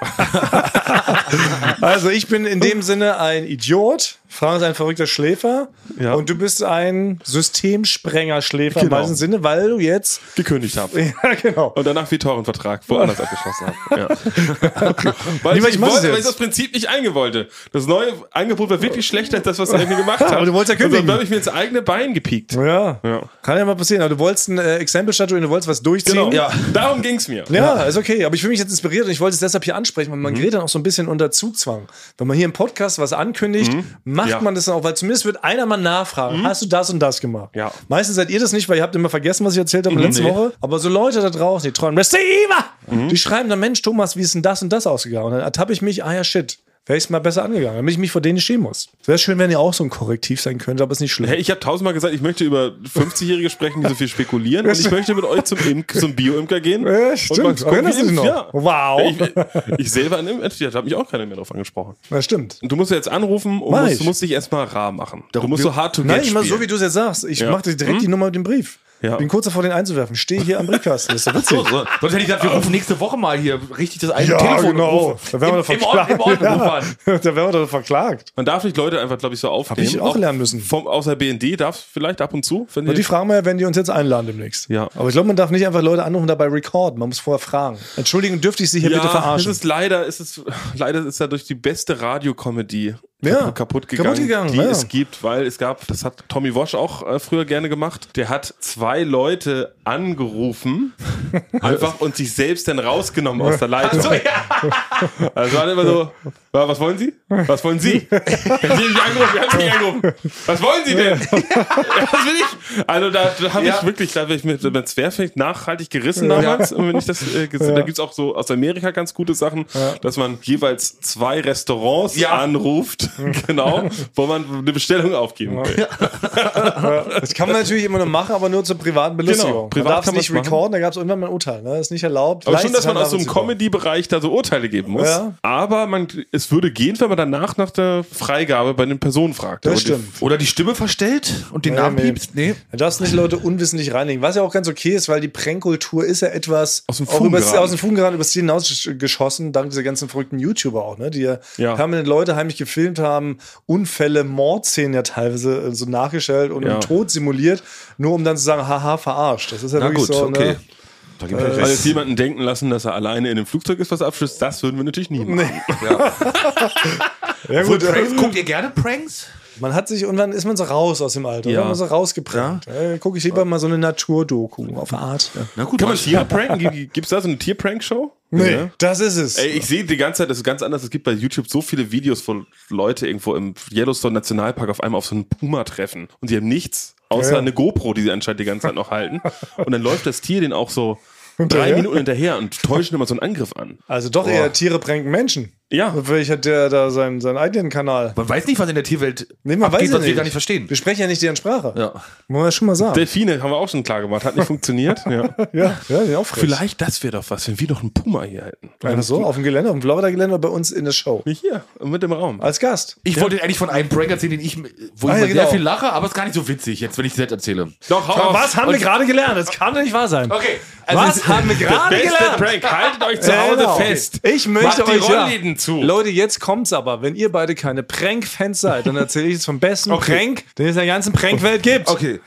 Speaker 3: also ich bin in dem Sinne ein Idiot. Frank ist ein verrückter Schläfer
Speaker 1: Ja.
Speaker 3: und du bist ein Systemsprenger-Schläfer im
Speaker 1: Genau.
Speaker 3: weitesten Sinne, weil du jetzt.
Speaker 1: Gekündigt habe.
Speaker 3: Ja, genau.
Speaker 1: Und danach viel teuren Vertrag woanders abgeschlossen habe. Ja. weil,
Speaker 3: Lieber,
Speaker 1: ich
Speaker 3: ich mach's
Speaker 1: wollte, weil
Speaker 3: jetzt.
Speaker 1: ich das Prinzip nicht eingehen wollte. Das neue Angebot war wirklich schlechter als das, was er mir gemacht hat.
Speaker 3: Aber du wolltest ja
Speaker 1: Und
Speaker 3: kündigen.
Speaker 1: dann habe ich mir ins eigene Bein gepiekt.
Speaker 3: Ja.
Speaker 1: Ja.
Speaker 3: Kann ja mal passieren. Aber du wolltest ein äh, Exempel statuieren, du wolltest was durchziehen.
Speaker 1: Genau. Darum ging es mir.
Speaker 3: Ja, ist okay. Aber ich fühle mich jetzt inspiriert und ich wollte es deshalb hier ansprechen, weil man
Speaker 1: Mhm.
Speaker 3: gerät dann auch so ein bisschen unter Zugzwang. Wenn man hier im Podcast was ankündigt,
Speaker 1: Mhm.
Speaker 3: macht
Speaker 1: Ja. Mhm.
Speaker 3: man das dann auch, weil zumindest wird einer mal nachfragen, hast du das und das gemacht?
Speaker 1: Ja.
Speaker 3: Meistens seid ihr das nicht, weil ihr habt immer vergessen, was ich erzählt habe letzte
Speaker 2: nee.
Speaker 3: Woche. Aber so Leute da draußen, die treuen Receiver,
Speaker 1: Mhm.
Speaker 3: die schreiben dann, Mensch, Thomas, wie ist denn das und das ausgegangen? Und dann ertappe ich mich, ah ja, shit. Wäre ich mal besser angegangen, damit ich mich vor denen nicht schämen muss. Wäre schön, wenn ihr auch so ein Korrektiv sein könntet, aber ist nicht schlimm.
Speaker 1: Hey, ich habe tausendmal gesagt, ich möchte über 50-Jährige sprechen, die so viel spekulieren. und ich möchte mit euch zum, Imk, zum Bio-Imker gehen.
Speaker 3: Ja,
Speaker 1: Und
Speaker 3: stimmt.
Speaker 1: mal gucken,
Speaker 3: Erinnerst
Speaker 1: wie
Speaker 3: du dich
Speaker 1: impft.
Speaker 3: noch?
Speaker 1: Ja.
Speaker 3: Wow.
Speaker 1: Ich, ich selber an Impf, da hat mich auch keiner mehr drauf angesprochen.
Speaker 3: Na, stimmt.
Speaker 1: Und du musst jetzt anrufen und
Speaker 3: Mach
Speaker 1: musst,
Speaker 3: ich.
Speaker 1: du musst dich erstmal rar machen. Du musst so hard to get
Speaker 3: Nein, ich mach
Speaker 1: spielen.
Speaker 3: so wie du es jetzt sagst. Ich
Speaker 1: Ja. Mhm.
Speaker 3: mache dir direkt die Nummer mit dem Brief.
Speaker 1: Ja.
Speaker 3: Bin kurz davor, den einzuwerfen. Stehe hier am Briefkasten. Das ist doch witzig.
Speaker 2: So, sonst hätte ich gesagt, wir rufen nächste Woche mal hier richtig das eine
Speaker 3: Ja,
Speaker 2: Telefon
Speaker 3: genau.
Speaker 2: rufen.
Speaker 3: Da wären wir doch
Speaker 2: Im, im Ort, im Ort
Speaker 3: verklagt. Ja.
Speaker 2: rufen an.
Speaker 3: da werden wir doch verklagt.
Speaker 1: Man darf nicht Leute einfach, glaube ich, so aufnehmen.
Speaker 3: ich auch lernen müssen.
Speaker 1: Vom, aus der BND darf vielleicht ab und zu. Wenn
Speaker 3: Und die fragen wir, wenn die uns jetzt einladen demnächst.
Speaker 1: Ja.
Speaker 3: Aber ich glaube, man darf nicht einfach Leute anrufen und dabei recorden. Man muss vorher fragen. Entschuldigung, dürfte ich Sie hier
Speaker 1: ja,
Speaker 3: bitte verarschen?
Speaker 1: Es ist leider, es ist, leider ist dadurch die beste Radiokomödie
Speaker 3: Ja,
Speaker 1: kaputt gegangen,
Speaker 3: kaputt gegangen,
Speaker 1: die
Speaker 3: ja.
Speaker 1: es gibt, weil es gab, das hat Tommy Walsh auch äh, früher gerne gemacht, der hat zwei Leute angerufen einfach und sich selbst dann rausgenommen aus der Leitung.
Speaker 2: So, ja.
Speaker 1: Also war immer so, "Ja, was wollen Sie? Was wollen Sie? Wenn Sie mich angerufen, wir haben Sie nicht angerufen. Was wollen Sie denn? Was will ich? Also da, da habe
Speaker 2: Ja.
Speaker 1: ich wirklich, da habe ich mit, mit Zwerfeld nachhaltig gerissen damals. Und wenn ich das äh, gesehen, da gibt's auch so aus Amerika ganz gute Sachen, dass man jeweils zwei Restaurants
Speaker 2: Ja.
Speaker 1: anruft, genau, wo man eine Bestellung aufgeben will.
Speaker 3: Das kann man natürlich immer nur machen, aber nur zur privaten Belustigung.
Speaker 1: Genau, privat
Speaker 3: man darf es
Speaker 1: kann man's
Speaker 3: nicht
Speaker 1: machen.
Speaker 3: recorden, da gab es irgendwann mal ein Urteil. Ne? Das ist nicht erlaubt.
Speaker 1: Aber
Speaker 3: Leicht
Speaker 1: schon, dass man
Speaker 3: ist
Speaker 1: aus so einem
Speaker 3: nachvollziehbar.
Speaker 1: Comedy-Bereich da so Urteile geben muss.
Speaker 3: Ja.
Speaker 1: Aber man, es würde gehen, wenn man danach nach der Freigabe bei den Personen fragt.
Speaker 3: Das
Speaker 1: Aber die-
Speaker 3: stimmt.
Speaker 2: Oder die Stimme verstellt und den
Speaker 3: Ja,
Speaker 2: Namen
Speaker 3: nee.
Speaker 2: piepst. Nee.
Speaker 3: Du darfst nicht Leute unwissentlich reinlegen, was ja auch ganz okay ist, weil die Prankkultur ist ja etwas
Speaker 1: Aus dem
Speaker 3: auch
Speaker 1: Fugen
Speaker 3: übers,
Speaker 1: geraten.
Speaker 3: aus dem Fugen geraten, übers Ziel hinausgeschossen, dank dieser ganzen verrückten YouTuber auch, ne? die ja,
Speaker 1: Ja.
Speaker 3: permanent Leute heimlich gefilmt haben, Unfälle, Mordszenen ja teilweise äh, so nachgestellt und
Speaker 1: Ja.
Speaker 3: im Tod simuliert, nur um dann zu sagen, haha, verarscht. Das ist ja
Speaker 2: Na
Speaker 3: wirklich
Speaker 2: gut,
Speaker 3: so.
Speaker 2: okay.
Speaker 3: Ne?
Speaker 2: Da gebe ich euch
Speaker 1: Weil jetzt
Speaker 2: recht.
Speaker 1: jemanden denken lassen, dass er alleine in dem Flugzeug ist, was er abschließt, das würden wir natürlich nie machen.
Speaker 3: Ja, gut, äh,
Speaker 2: Pranks. Guckt ihr gerne Pranks?
Speaker 3: man hat sich und dann ist man so raus aus dem Alter,
Speaker 1: Ja.
Speaker 3: ja. man so rausgeprankt. Äh, Gucke ich lieber mal so eine Naturdoku auf der Art.
Speaker 2: Na gut,
Speaker 1: Kann man
Speaker 2: Mann.
Speaker 1: Tiere pranken? Gibt- Gibt's da so eine Tier-Prank-Show?
Speaker 3: Nee,
Speaker 1: Ja.
Speaker 3: das ist es.
Speaker 1: Ey, ich sehe die ganze Zeit, das ist ganz anders. Es gibt bei YouTube so viele Videos, wo Leute irgendwo im Yellowstone Nationalpark auf einmal auf so einen Puma treffen und sie haben nichts außer
Speaker 3: Ja, ja.
Speaker 1: eine GoPro, die sie anscheinend die ganze Zeit noch halten. Und dann läuft das Tier den auch so drei
Speaker 3: Hinterher?
Speaker 1: Minuten hinterher und täuschen immer so einen Angriff an.
Speaker 3: Also doch eher Tiere pränken Menschen.
Speaker 1: Ja.
Speaker 3: Vielleicht hat der da seinen, seinen eigenen Kanal.
Speaker 2: Man weiß nicht, was in der Tierwelt
Speaker 3: Nee, man weiß
Speaker 2: was
Speaker 3: es
Speaker 2: wir gar nicht verstehen.
Speaker 3: Wir sprechen ja nicht deren Sprache.
Speaker 2: Ja.
Speaker 3: Muss man schon mal sagen.
Speaker 1: Delfine haben wir auch schon klar gemacht, hat nicht funktioniert. Ja.
Speaker 3: Ja, ja, die auch frech.
Speaker 1: Vielleicht das wäre doch was, wenn wir doch einen Puma hier hätten.
Speaker 3: Einfach so, auf dem Gelände, auf dem Florida-Gelände oder bei uns in der Show.
Speaker 1: Nicht hier, mit im Raum.
Speaker 3: Als Gast.
Speaker 2: Ich wollte eigentlich von einem Prank erzählen, den ich, wo
Speaker 3: Ah,
Speaker 2: ich
Speaker 3: ja,
Speaker 2: mal sehr
Speaker 3: genau.
Speaker 2: viel lache, aber es ist gar nicht so witzig, jetzt, wenn ich es selbst erzähle.
Speaker 1: Doch, hau auf.
Speaker 3: haben wir gerade gelernt? Das kann doch nicht wahr sein.
Speaker 2: Okay, also es
Speaker 3: Was
Speaker 2: ist-
Speaker 3: haben wir gerade
Speaker 1: Beste
Speaker 3: gelernt?
Speaker 1: Prank, haltet euch zu Hause
Speaker 3: Genau.
Speaker 1: fest.
Speaker 3: Ich möchte
Speaker 1: Macht die
Speaker 3: euch
Speaker 1: Rollläden zu.
Speaker 3: Leute, jetzt kommt's aber. Wenn ihr beide keine Prank-Fans seid, dann erzähle ich es vom besten
Speaker 1: Okay.
Speaker 3: Prank, den es in der ganzen Prank-Welt gibt.
Speaker 2: Okay.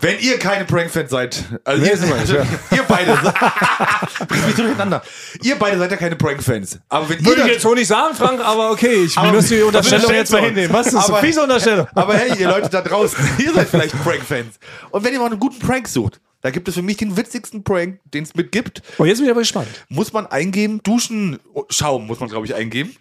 Speaker 2: Wenn ihr keine Prank-Fans seid, also, ihr,
Speaker 3: sind wir nicht,
Speaker 2: also ihr beide, bringt mich durcheinander. Ihr beide seid ja keine Prank-Fans. Aber wenn
Speaker 3: Würde
Speaker 2: ihr
Speaker 3: ich
Speaker 2: das-
Speaker 3: jetzt so nicht sagen, Frank, aber okay, ich
Speaker 2: Aber-
Speaker 3: müsste die Unterstellung
Speaker 2: Aber-
Speaker 3: jetzt mal hinnehmen. Was ist das?
Speaker 2: Aber-
Speaker 3: Fiese Unterstellung.
Speaker 2: Aber hey, ihr Leute da draußen, ihr seid vielleicht Prank-Fans. Und wenn ihr mal einen guten Prank sucht, da gibt es für mich den witzigsten Prank, den es mit gibt.
Speaker 3: Und jetzt bin ich aber gespannt.
Speaker 2: Muss man eingeben, Duschenschaum muss man, glaube ich, eingeben.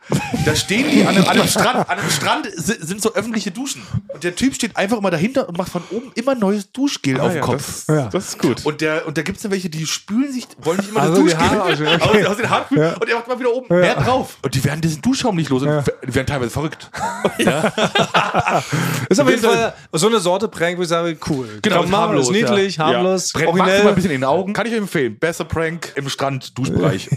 Speaker 2: Da stehen die an einem, an einem Strand, an einem Strand si- sind so öffentliche Duschen. Und der Typ steht einfach immer dahinter und macht von oben immer neues Duschgel auf
Speaker 1: Ah
Speaker 2: den
Speaker 1: ja,
Speaker 2: Kopf.
Speaker 1: Das,
Speaker 3: Ja.
Speaker 1: das ist gut.
Speaker 2: Und, der, und da gibt es dann welche, die spülen sich, wollen sich immer
Speaker 3: Also die
Speaker 2: das Duschgel
Speaker 3: Haare ausspülen,
Speaker 2: aus, aus den Haaren spülen
Speaker 3: Ja.
Speaker 2: und der macht mal wieder oben mehr drauf. Und die werden diesen Duschschaum nicht los und die werden teilweise verrückt.
Speaker 3: Ist Genau, auf jeden Fall so eine Sorte Prank, wo ich sage, cool.
Speaker 2: Genau,
Speaker 3: Komm, machen wir das
Speaker 2: harmlos,
Speaker 3: niedlich, harmlos. Netflix.
Speaker 2: Brennt originell. mal ein bisschen in den Augen. Kann ich empfehlen. Besser Prank im Strand, Duschbereich.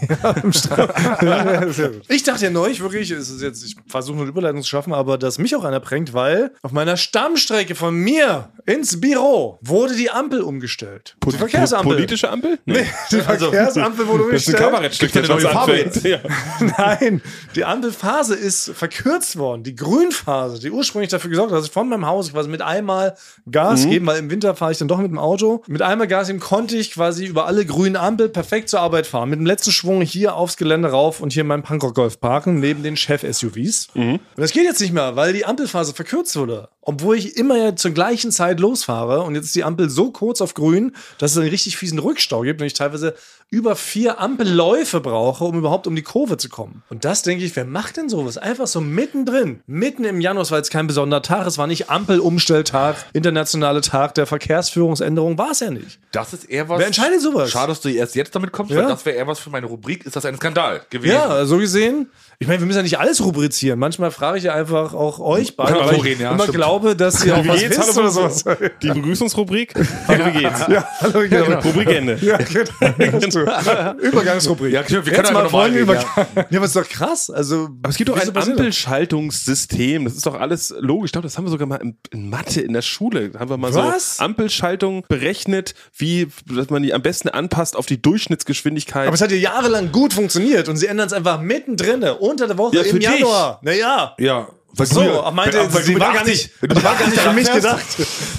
Speaker 3: ich dachte ja neulich wirklich, es ist jetzt, ich versuche nur eine Überleitung zu schaffen, aber dass mich auch einer prankt, weil auf meiner Stammstrecke von mir ins Büro wurde die Ampel umgestellt.
Speaker 1: Po-
Speaker 3: die Verkehrsampel.
Speaker 1: Politische Ampel? Nee.
Speaker 3: Die Verkehrsampel wurde
Speaker 1: Das ist ein
Speaker 3: umgestellt.
Speaker 1: Kabarettstück,
Speaker 2: Gibt's eine
Speaker 1: das
Speaker 2: neue Farbe
Speaker 1: anfängt. Ja.
Speaker 3: Nein, die Ampelphase ist verkürzt worden. Die Grünphase, die ursprünglich dafür gesorgt hat, dass ich von meinem Haus quasi mit einmal Gas geben, weil im Winter fahre ich dann doch mit dem Auto. Mit einmal Gas geben konnte ich quasi über alle grünen Ampel perfekt zur Arbeit fahren. Mit dem letzten Schwung hier aufs Gelände rauf und hier in meinem Punkrock-Golf parken, neben den Chef-SUVs. Und das geht jetzt nicht mehr, weil die Ampelphase verkürzt wurde. Obwohl ich immer ja zur gleichen Zeit losfahre und jetzt ist die Ampel so kurz auf grün, dass es einen richtig fiesen Rückstau gibt und ich teilweise über vier Ampelläufe brauche, um überhaupt um die Kurve zu kommen. Und das denke ich, wer macht denn sowas? Einfach so mittendrin, mitten im Januar, es war jetzt kein besonderer Tag, es war nicht Ampelumstelltag, internationale Tag der Verkehrsführungsänderung, war es ja nicht.
Speaker 2: Das ist eher was.
Speaker 3: Wer entscheidet sowas?
Speaker 2: Schade, dass du erst jetzt damit kommst,
Speaker 3: Ja.
Speaker 2: weil das wäre eher was für meine Rubrik. Ist das ein Skandal gewesen?
Speaker 3: Ja, so gesehen. Ich meine, wir müssen ja nicht alles rubrizieren. Manchmal frage ich ja einfach auch euch beide,
Speaker 2: Ja,
Speaker 3: weil ich
Speaker 2: Doreen, ja,
Speaker 3: immer
Speaker 2: stimmt.
Speaker 3: glaube, dass ihr auch was wisst oder sowas.
Speaker 1: Die Begrüßungsrubrik. Hallo, wie geht's?
Speaker 3: Hallo, genau.
Speaker 1: Rubrik Ende.
Speaker 3: Ja, genau. Übergangsrubrik.
Speaker 2: Ja, stimmt, wir können
Speaker 3: Jetzt
Speaker 2: einfach
Speaker 3: mal
Speaker 2: normal
Speaker 3: Freunde
Speaker 2: reden,
Speaker 3: übergang. Ja. aber ist doch krass. Also,
Speaker 1: Aber es gibt doch
Speaker 3: wieso
Speaker 1: ein
Speaker 3: passiert das?
Speaker 1: Ampelschaltungssystem. Das ist doch alles logisch. Ich glaube, das haben wir sogar mal in, in Mathe in der Schule. Da haben wir mal
Speaker 3: Was?
Speaker 1: so Ampelschaltung berechnet, wie dass man die am besten anpasst auf die Durchschnittsgeschwindigkeit.
Speaker 3: Aber es hat ja jahrelang gut funktioniert und sie ändern es einfach mittendrin, unter der Woche
Speaker 1: Ja,
Speaker 3: im
Speaker 1: für dich.
Speaker 3: Januar. Naja.
Speaker 2: Ja.
Speaker 3: So, aber meinte,
Speaker 1: Also
Speaker 3: sie war gar nicht, die war gar nicht für mich gedacht.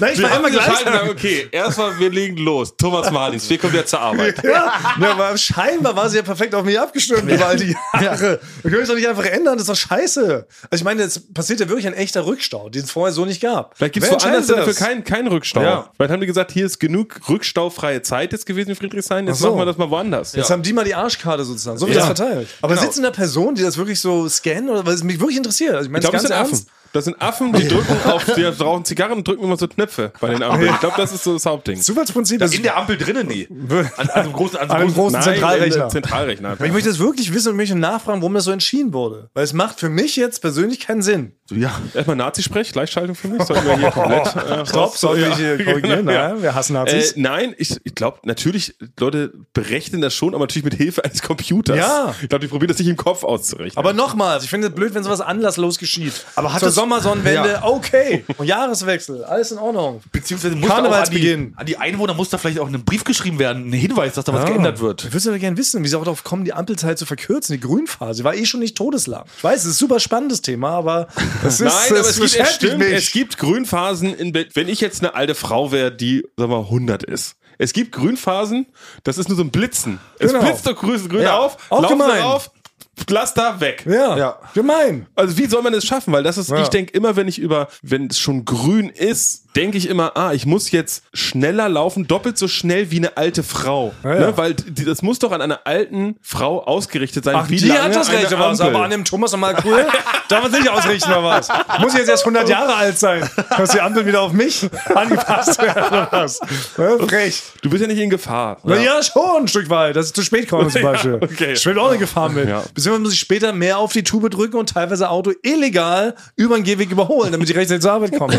Speaker 3: Nein, ich war immer gleich.
Speaker 1: okay, erstmal, wir legen los. Thomas Martins, wir kommen jetzt zur Arbeit.
Speaker 3: Ja, na, aber scheinbar war sie ja perfekt auf mich abgestimmt über all die Jahre. Wir können es doch nicht einfach ändern, das ist doch scheiße. Also ich meine, jetzt passiert ja wirklich ein echter Rückstau, den es vorher so nicht gab.
Speaker 1: Vielleicht gibt es
Speaker 3: Wer
Speaker 1: woanders
Speaker 3: entscheidet
Speaker 1: dafür
Speaker 3: das?
Speaker 1: keinen keinen Rückstau.
Speaker 3: Ja.
Speaker 1: Vielleicht haben die gesagt, hier ist genug rückstaufreie Zeit jetzt gewesen in Friedrichshain, jetzt
Speaker 3: Ach so.
Speaker 1: machen wir das mal woanders.
Speaker 3: Jetzt haben die mal die Arschkarte sozusagen. So wird
Speaker 1: Ja.
Speaker 3: das verteilt. Aber
Speaker 2: Genau.
Speaker 3: sitzen da Personen, die das wirklich so scannen oder weil es mich wirklich interessiert. Also ich meine,
Speaker 1: Ich glaube,
Speaker 3: das
Speaker 1: das
Speaker 3: ganz
Speaker 1: sind
Speaker 3: ernst.
Speaker 1: Affen. Das sind Affen, die drücken auf, die rauchen Zigarren und drücken immer so Knöpfe bei den Ampeln. Ich glaube, das ist so das Hauptding.
Speaker 3: Zufallsprinzip. Das
Speaker 2: In der Ampel drinnen nie. An, an einem großen, an
Speaker 3: also An
Speaker 2: einem
Speaker 3: einem großen-
Speaker 2: großen
Speaker 1: Nein,
Speaker 3: Zentralrechner.
Speaker 1: äh, Zentralrechner.
Speaker 3: ich möchte das wirklich wissen und möchte nachfragen, warum das so entschieden wurde. Weil es macht für mich jetzt persönlich keinen Sinn.
Speaker 1: Ja. Erstmal Nazi-Sprech, Gleichschaltung für mich. Sollten wir hier komplett. Äh,
Speaker 3: Stopp, soll ich hier korrigieren? Nein, wir hassen
Speaker 1: äh,
Speaker 3: Nazis.
Speaker 1: nein, ich, ich glaube, natürlich, Leute berechnen das schon, aber natürlich mit Hilfe eines Computers.
Speaker 3: Ja.
Speaker 1: Ich glaube, die probieren das nicht im Kopf auszurechnen.
Speaker 3: aber nochmals, ich finde es blöd, wenn sowas anlasslos geschieht.
Speaker 2: Aber hat
Speaker 3: Zur
Speaker 2: es-
Speaker 3: Sommersonnenwende,
Speaker 2: Ja.
Speaker 3: okay. Und Jahreswechsel, alles in Ordnung.
Speaker 2: Beziehungsweise muss da auch an, die,
Speaker 3: Karnevalsbeginn.
Speaker 2: an die Einwohner muss da vielleicht auch ein Brief geschrieben werden, ein Hinweis, dass da was geändert
Speaker 3: Ah. Ich
Speaker 2: wird.
Speaker 3: würde aber gerne wissen, wie sie auch darauf kommen, die Ampelzeit zu verkürzen. Die Grünphase war eh schon nicht todeslang. Ich weiß, es ist ein super spannendes Thema, aber es ist
Speaker 1: Nein, aber es, gibt, es,
Speaker 3: beschäftigt
Speaker 1: stimmt, es gibt Grünphasen, in, Be- wenn ich jetzt eine alte Frau wäre, die, sag mal, 100 ist. Es gibt Grünphasen, das ist nur so ein Blitzen. Es
Speaker 3: Genau.
Speaker 1: blitzt doch grün, grün
Speaker 3: Ja.
Speaker 1: auf,
Speaker 3: Auch
Speaker 1: laufen
Speaker 3: gemein.
Speaker 1: auf, Pflaster weg.
Speaker 3: Ja,
Speaker 2: Ja.
Speaker 3: gemein.
Speaker 1: Also wie soll man das schaffen? Weil das ist,
Speaker 3: Ja.
Speaker 1: ich denke immer, wenn ich über, wenn es schon grün ist, denke ich immer, ah, ich muss jetzt schneller laufen, doppelt so schnell wie eine alte Frau.
Speaker 3: Ja, ja.
Speaker 1: Ne? Weil die, das muss doch an einer alten Frau ausgerichtet sein.
Speaker 3: Ach,
Speaker 1: wie
Speaker 3: die
Speaker 1: lange
Speaker 3: hat das
Speaker 1: eine
Speaker 3: Recht, aber
Speaker 1: Ampel.
Speaker 3: aber an dem Thomas nochmal cool. Darf man nicht ausrichten, oder was? Muss ich jetzt erst 100 Jahre alt sein, dass die Ampel wieder auf mich angepasst wird, oder was? Ja, frech.
Speaker 1: Du bist ja nicht in Gefahr.
Speaker 3: Na ja, schon ein Stück weit, dass ich zu spät komme zum Beispiel.
Speaker 1: okay.
Speaker 3: Schwimmt auch eine Gefahr mit.
Speaker 1: Ja.
Speaker 3: Beziehungsweise muss ich später mehr auf die Tube drücken und teilweise Auto illegal über den Gehweg überholen, damit ich rechtzeitig zur Arbeit komme.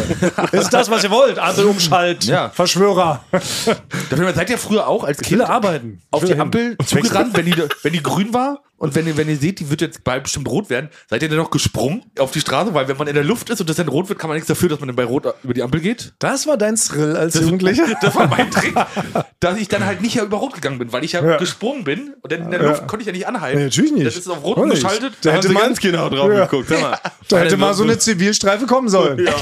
Speaker 3: das ist das, was ihr wollt. Ampel umschalt.
Speaker 2: Ja.
Speaker 3: Verschwörer.
Speaker 2: Dafür seid ihr früher auch als Kind
Speaker 3: Viele arbeiten.
Speaker 2: auf
Speaker 3: Ich will
Speaker 2: die
Speaker 3: dahin.
Speaker 2: Ampel zugerannt, wenn die, wenn die grün war und wenn ihr, wenn ihr seht, die wird jetzt bald bestimmt rot werden, seid ihr dann noch gesprungen auf die Straße, weil wenn man in der Luft ist und das dann rot wird, kann man nichts dafür, dass man dann bei rot äh, über die Ampel geht.
Speaker 3: Das war dein Thrill als Jugendlicher.
Speaker 2: Das war mein Trick, dass ich dann halt nicht ja über rot gegangen bin, weil ich ja,
Speaker 3: Ja.
Speaker 2: gesprungen bin und dann in der Luft konnte ich ja nicht anhalten.
Speaker 3: Nee, natürlich nicht.
Speaker 2: Das ist auf
Speaker 3: Auch
Speaker 2: rot
Speaker 3: nicht.
Speaker 2: geschaltet.
Speaker 1: Da
Speaker 3: Da hätte
Speaker 1: haben sie
Speaker 3: man-
Speaker 1: ganz genau drauf
Speaker 3: Ja.
Speaker 1: geguckt. Sag mal.
Speaker 3: Da hätte mal so eine Zivilstreife kommen sollen.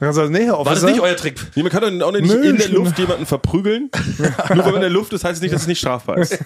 Speaker 3: Ja. Sagt, nee, Herr
Speaker 2: War das
Speaker 3: Officer.
Speaker 2: nicht euer Trick?
Speaker 1: Nee, man kann doch auch nicht
Speaker 3: Nö,
Speaker 1: in der
Speaker 3: schon.
Speaker 1: Luft jemanden verprügeln. Nur weil man in der Luft ist, heißt es nicht, dass es nicht strafbar ist.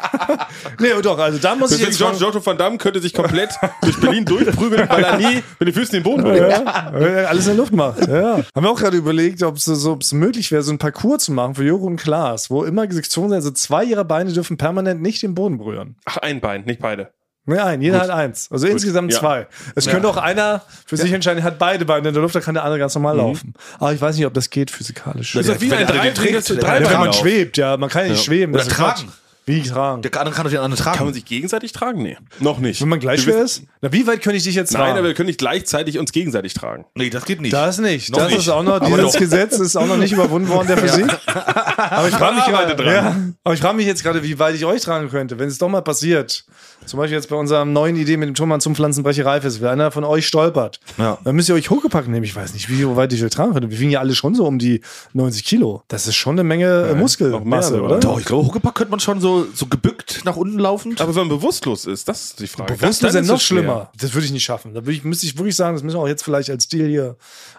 Speaker 3: Nee, doch, also da muss ich
Speaker 1: Deswegen
Speaker 3: jetzt schon.
Speaker 1: George, Giorgio van Damme könnte sich komplett durch Berlin durchprügeln, weil er nie mit den Füßen den Boden berührt.
Speaker 3: Ja, wenn er alles in der Luft macht. Ja. Haben wir auch gerade überlegt, ob es so, ob's möglich wäre, so ein Parcours zu machen für Joro und Klaas, wo immer Sektionen sind, also zwei ihrer Beine dürfen permanent nicht den Boden berühren.
Speaker 1: Ach, ein Bein, nicht beide.
Speaker 3: Nee, ein, jeder hat eins. Also insgesamt
Speaker 1: ja.
Speaker 3: zwei. Es könnte auch einer für sich entscheiden, hat beide Beine in der Luft, dann kann der andere ganz normal laufen. Aber ich weiß nicht, ob das geht physikalisch.
Speaker 1: Das ist ja wie
Speaker 2: wenn
Speaker 1: ein
Speaker 2: einer den
Speaker 1: Dreibeinlauf.
Speaker 2: trägt,
Speaker 1: Das ist ein
Speaker 2: dann-
Speaker 3: ja, wenn man
Speaker 1: Dreibeinlauf.
Speaker 3: schwebt, ja, man kann ja nicht schweben.
Speaker 2: Oder
Speaker 3: das ist
Speaker 2: tragen.
Speaker 3: Quatsch. Wie tragen?
Speaker 2: Der andere kann doch den anderen tragen.
Speaker 1: Kann man sich gegenseitig tragen? Nee. Noch nicht.
Speaker 3: Wenn man gleich
Speaker 1: Wir
Speaker 3: schwer
Speaker 1: wissen-
Speaker 3: ist? Na, wie weit könnte ich dich jetzt tragen?
Speaker 1: Nein, aber wir können nicht gleichzeitig uns gegenseitig tragen.
Speaker 2: nee, das geht nicht.
Speaker 3: das nicht.
Speaker 2: Noch
Speaker 3: das
Speaker 2: nicht.
Speaker 3: ist auch noch,
Speaker 2: Aber
Speaker 3: dieses
Speaker 2: doch.
Speaker 3: Gesetz ist auch noch nicht überwunden worden, der Physik. Aber ich frage mich,
Speaker 1: arbeite
Speaker 3: gerade-
Speaker 1: dran.
Speaker 3: Ja, aber ich frage mich jetzt gerade, wie weit ich euch tragen könnte, wenn es doch mal passiert. Zum Beispiel jetzt bei unserer neuen Idee mit dem Thomann zum Pflanzenbrecherei ist, wenn einer von euch stolpert,
Speaker 2: Ja.
Speaker 3: dann müsst ihr euch Huckepack nehmen. Ich weiß nicht, wie weit ich euch tragen könnte. Wir wiegen ja alle schon so um die 90 Kilo. Das ist schon eine Menge äh, Muskelmasse,
Speaker 1: mehr sogar.
Speaker 3: oder?
Speaker 2: Doch, ich glaube, Huckepack könnte man schon so, so gebückt nach unten laufend.
Speaker 1: Aber wenn man bewusstlos ist, das ist die Frage.
Speaker 3: Bewusst
Speaker 1: Das-
Speaker 3: ist
Speaker 1: dann
Speaker 3: ja noch
Speaker 1: es schwer.
Speaker 3: schlimmer. Das würde ich nicht schaffen. Da würde ich, müsste ich wirklich sagen, das müssen wir auch jetzt vielleicht als Deal hier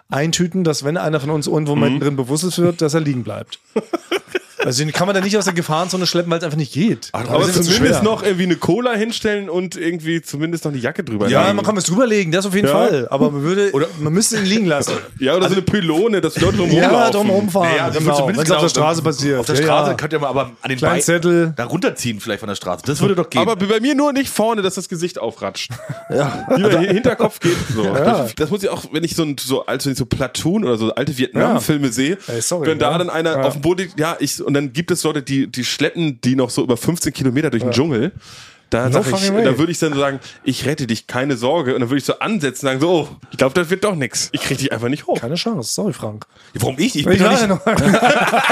Speaker 3: eintüten, dass wenn einer von uns irgendwo mittendrin bewusstlos wird, dass er liegen bleibt. also den kann man da nicht aus der Gefahrenzone schleppen, weil es einfach nicht geht.
Speaker 2: Aber
Speaker 1: Aber
Speaker 3: Wir sind zu
Speaker 1: zumindest
Speaker 3: schwer.
Speaker 1: noch irgendwie eine Cola hinstellen und irgendwie zumindest noch eine Jacke drüber
Speaker 3: Ja,
Speaker 1: legen.
Speaker 3: man kann was drüberlegen, das auf jeden
Speaker 1: Ja.
Speaker 3: Fall. Aber man würde,
Speaker 2: Oder-
Speaker 3: man müsste ihn liegen lassen.
Speaker 1: Ja, oder so eine Pylone, dass die Leute drum
Speaker 3: Also- ja,
Speaker 1: rumlaufen.
Speaker 3: drum rumfahren.
Speaker 2: Naja, dann
Speaker 3: genau.
Speaker 2: wird
Speaker 3: Wenn
Speaker 2: zumindest
Speaker 3: es auf der
Speaker 2: genau-
Speaker 3: Straße passiert.
Speaker 2: Auf der
Speaker 3: Ja,
Speaker 2: Straße
Speaker 3: ja.
Speaker 2: könnt ihr mal aber an den
Speaker 3: Kleinen
Speaker 2: Beinen
Speaker 3: Zettel.
Speaker 2: da runterziehen vielleicht von der Straße. Das würde doch gehen.
Speaker 1: Aber bei mir nur nicht vorne, dass das Gesicht aufratscht. Lieber
Speaker 3: Also-
Speaker 1: hin- Hinterkopf geht. So. Das, das muss ich auch, wenn ich so, ein, so, alte, so Platoon oder so alte Vietnam-Filme sehe,
Speaker 3: Ey, sorry,
Speaker 1: wenn da
Speaker 3: ne?
Speaker 1: dann einer
Speaker 3: Ja.
Speaker 1: auf dem Boden liegt, ja, ich, und dann gibt es Leute, die, die schleppen die noch so über 15 Kilometer durch den Dschungel. Da, sag ich,
Speaker 3: fucking way.
Speaker 1: da würde ich dann so sagen, ich rette dich, keine Sorge. Und dann würde ich so ansetzen und sagen, so, oh, ich glaube, das wird doch nichts. Ich krieg dich einfach nicht hoch.
Speaker 3: Keine Chance, sorry Frank.
Speaker 2: Warum ich? Ich
Speaker 3: Ich
Speaker 2: bin doch
Speaker 3: war
Speaker 2: nicht.
Speaker 3: ja noch.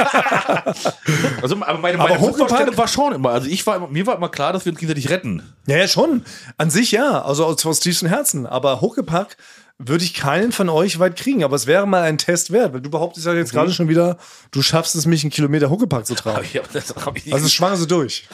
Speaker 2: Also, aber meine,
Speaker 3: Aber
Speaker 2: meine Fußballstellung
Speaker 3: Huckepack-
Speaker 2: war schon immer. Also ich war immer, mir war immer klar, dass wir uns gegenseitig retten.
Speaker 3: Ja, ja, schon. An sich ja, also aus, aus tiefstem Herzen. Aber Huckepack würde ich keinen von euch weit kriegen. Aber es wäre mal ein Test wert, weil du behauptest ja jetzt gerade schon wieder, du schaffst es, mich einen Kilometer Huckepack zu tragen.
Speaker 2: Ich habe Mhm. hab ich nicht-
Speaker 3: Also schwanger so durch.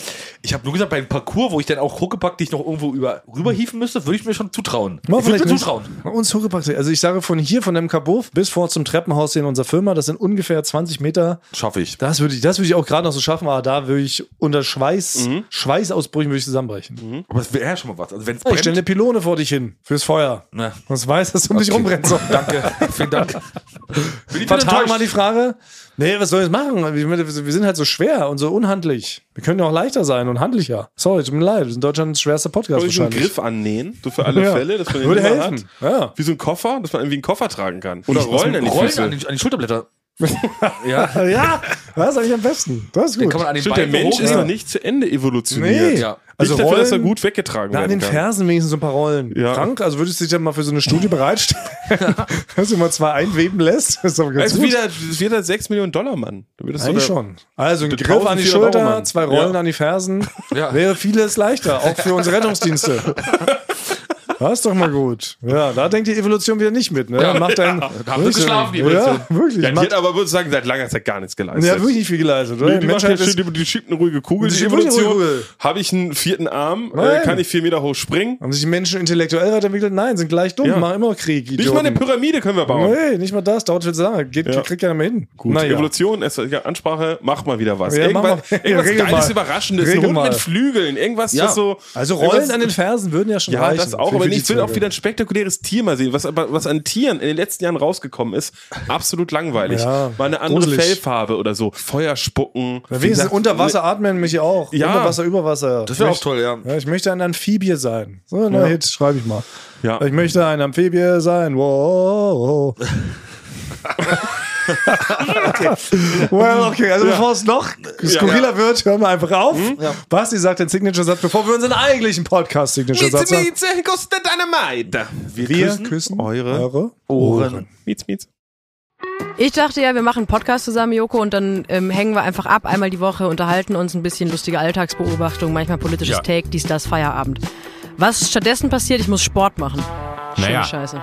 Speaker 2: ich hab nur gesagt, bei einem Parcours, wo ich dann auch Huckepack dich noch irgendwo über, rüberhieven müsste, würde ich mir schon zutrauen.
Speaker 3: Mal
Speaker 2: ich würde mir
Speaker 3: nicht.
Speaker 2: zutrauen.
Speaker 3: Uns Huckepack. Also ich sage von hier, von dem Kabuff bis vor zum Treppenhaus hier in unserer Firma, das sind ungefähr 20 Meter.
Speaker 2: Schaffe ich.
Speaker 3: Das würde ich, das würde ich auch gerade noch so schaffen, aber da würde ich unter Schweiß,
Speaker 2: Mhm.
Speaker 3: Schweißausbrüchen würde ich zusammenbrechen.
Speaker 2: Aber es wäre ja schon mal was. Also wenn es
Speaker 3: Ich stelle eine Pylone vor dich hin fürs Feuer.
Speaker 2: Na.
Speaker 3: Sonst weiß, dass du nicht rumrennst.
Speaker 2: Danke, vielen Dank. Bin ich wieder
Speaker 3: Vertagen mal die
Speaker 2: enttäuscht?
Speaker 3: Frage. Nee, was soll ich machen? Wir wir sind halt so schwer und so unhandlich. Wir können ja auch leichter sein und handlicher. Sorry, tut mir leid. Das ist Deutschlands schwerster Podcast
Speaker 1: Soll ich einen
Speaker 3: wahrscheinlich.
Speaker 1: Griff annähen? So für alle
Speaker 3: Ja.
Speaker 1: Fälle, dass man den
Speaker 3: Würde
Speaker 1: immer
Speaker 3: helfen. Ja.
Speaker 1: Wie so ein Koffer, dass man irgendwie einen Koffer tragen kann. Oder rollen an die
Speaker 2: Rollen
Speaker 1: Füße.
Speaker 2: an die, an die Schulterblätter. ja,
Speaker 3: Ja, das ist eigentlich am besten. Das ist
Speaker 2: den
Speaker 3: gut.
Speaker 2: kann man an den
Speaker 1: Stimmt, der
Speaker 2: Beinen
Speaker 1: Mensch
Speaker 2: hoch-
Speaker 1: ist
Speaker 2: Ja.
Speaker 1: noch nicht zu Ende evolutioniert.
Speaker 3: Nee.
Speaker 2: Ja.
Speaker 1: Also
Speaker 3: Also
Speaker 1: ich dafür, dass er
Speaker 3: Rollen-
Speaker 1: gut weggetragen
Speaker 3: Na, an
Speaker 1: werden
Speaker 3: den
Speaker 1: kann.
Speaker 3: Fersen wenigstens so ein paar Rollen.
Speaker 1: Ja.
Speaker 3: Frank, also würdest du dich ja mal für so eine Studie bereitstellen, dass du mal zwei einweben lässt? Das ist doch ganz
Speaker 1: Also
Speaker 3: gut.
Speaker 1: wieder, wieder 6 Millionen Dollar, Mann. Da wird das
Speaker 3: Eigentlich
Speaker 1: so der-
Speaker 3: schon. Also ein
Speaker 1: der
Speaker 3: Griff an
Speaker 1: 1400
Speaker 3: die
Speaker 1: Euro,
Speaker 3: Schulter,
Speaker 1: Mann.
Speaker 3: zwei Rollen
Speaker 1: Ja.
Speaker 3: an die Fersen.
Speaker 2: Ja.
Speaker 3: Wäre vieles leichter, auch für unsere Rettungsdienste. Das ist doch mal gut. Ja, da denkt die Evolution wieder nicht mit. Ne? Ja, macht einen, ja,
Speaker 2: da haben sie geschlafen, die Evolution.
Speaker 3: Ja, wirklich.
Speaker 1: Ja, die hat
Speaker 3: macht,
Speaker 1: aber, würde ich sagen, seit langer Zeit gar nichts geleistet.
Speaker 3: ja, wirklich nicht viel geleistet. Oder?
Speaker 1: Die, die,
Speaker 3: Die
Speaker 1: macht
Speaker 3: Menschheit
Speaker 1: jetzt-
Speaker 3: ist,
Speaker 1: die, die schiebt eine ruhige Kugel.
Speaker 3: Die
Speaker 1: Die,
Speaker 3: schiebt eine ruhige
Speaker 1: Evolution.
Speaker 3: Kugel.
Speaker 1: Habe ich einen vierten Arm? Äh,
Speaker 3: Nein.
Speaker 1: kann ich vier Meter hoch springen?
Speaker 3: haben sich die Menschen intellektuell weiterentwickelt? Nein, sind gleich dumm,
Speaker 1: Ja.
Speaker 3: machen immer noch Krieg.
Speaker 1: Nicht mal eine Pyramide können wir bauen.
Speaker 3: Nee, nicht mal das, dauert viel zu lange. Geht,
Speaker 1: Ja.
Speaker 3: Kriegt keiner mehr hin.
Speaker 1: Gut,
Speaker 3: Naja.
Speaker 1: Evolution, es- ja, Ansprache, mach mal wieder was.
Speaker 3: Ja, mach
Speaker 1: irgendwas
Speaker 3: mal.
Speaker 1: irgendwas
Speaker 3: Regel
Speaker 1: Geiles,
Speaker 3: mal.
Speaker 1: Überraschendes.
Speaker 3: Regel
Speaker 1: ein Hund
Speaker 3: mal.
Speaker 1: mit Flügeln. Irgendwas,
Speaker 2: Ja.
Speaker 1: das so.
Speaker 3: Also Rollen
Speaker 1: irgendwas-
Speaker 3: an den Fersen würden ja schon
Speaker 1: Ja,
Speaker 3: reichen.
Speaker 1: das auch,
Speaker 3: für-
Speaker 1: aber
Speaker 3: für die
Speaker 1: ich will auch
Speaker 3: Zwerge.
Speaker 1: wieder ein spektakuläres Tier mal sehen, was, aber, was an Tieren in den letzten Jahren rausgekommen ist. Absolut langweilig.
Speaker 3: Ja,
Speaker 1: mal eine andere
Speaker 3: gruselig.
Speaker 1: Fellfarbe oder so. Feuer spucken.
Speaker 3: Na, wenigstens unter Wasser atmen mich auch.
Speaker 1: Ja.
Speaker 3: Unter Wasser, über Wasser.
Speaker 2: Das wäre auch
Speaker 3: Möcht-
Speaker 2: toll, ja.
Speaker 3: Ja, ich möchte ein Amphibie sein. So, na,
Speaker 1: Ja.
Speaker 3: Hit, schreibe ich mal.
Speaker 1: Ja.
Speaker 3: Ich möchte ein Amphibie sein. Wow. Well, okay, also bevor es noch skurriler wird, hören wir einfach auf. Basti sagt den Signature-Satz, bevor wir unseren eigentlichen Podcast-Signature-Satz sagen.
Speaker 1: Mieze, Guste Dynamite. Wir,
Speaker 3: Hm?
Speaker 1: eure
Speaker 3: Ohren.
Speaker 1: Mietz, Mietz.
Speaker 5: Ich dachte ja, wir machen einen Podcast zusammen, Joko, und dann ähm, hängen wir einfach ab, einmal die Woche, unterhalten uns ein bisschen lustige Alltagsbeobachtung, manchmal politisches
Speaker 6: Ja.
Speaker 5: Take, dies, das, Feierabend. Was stattdessen passiert, ich muss Sport machen. Schöne
Speaker 6: Naja.
Speaker 5: Scheiße.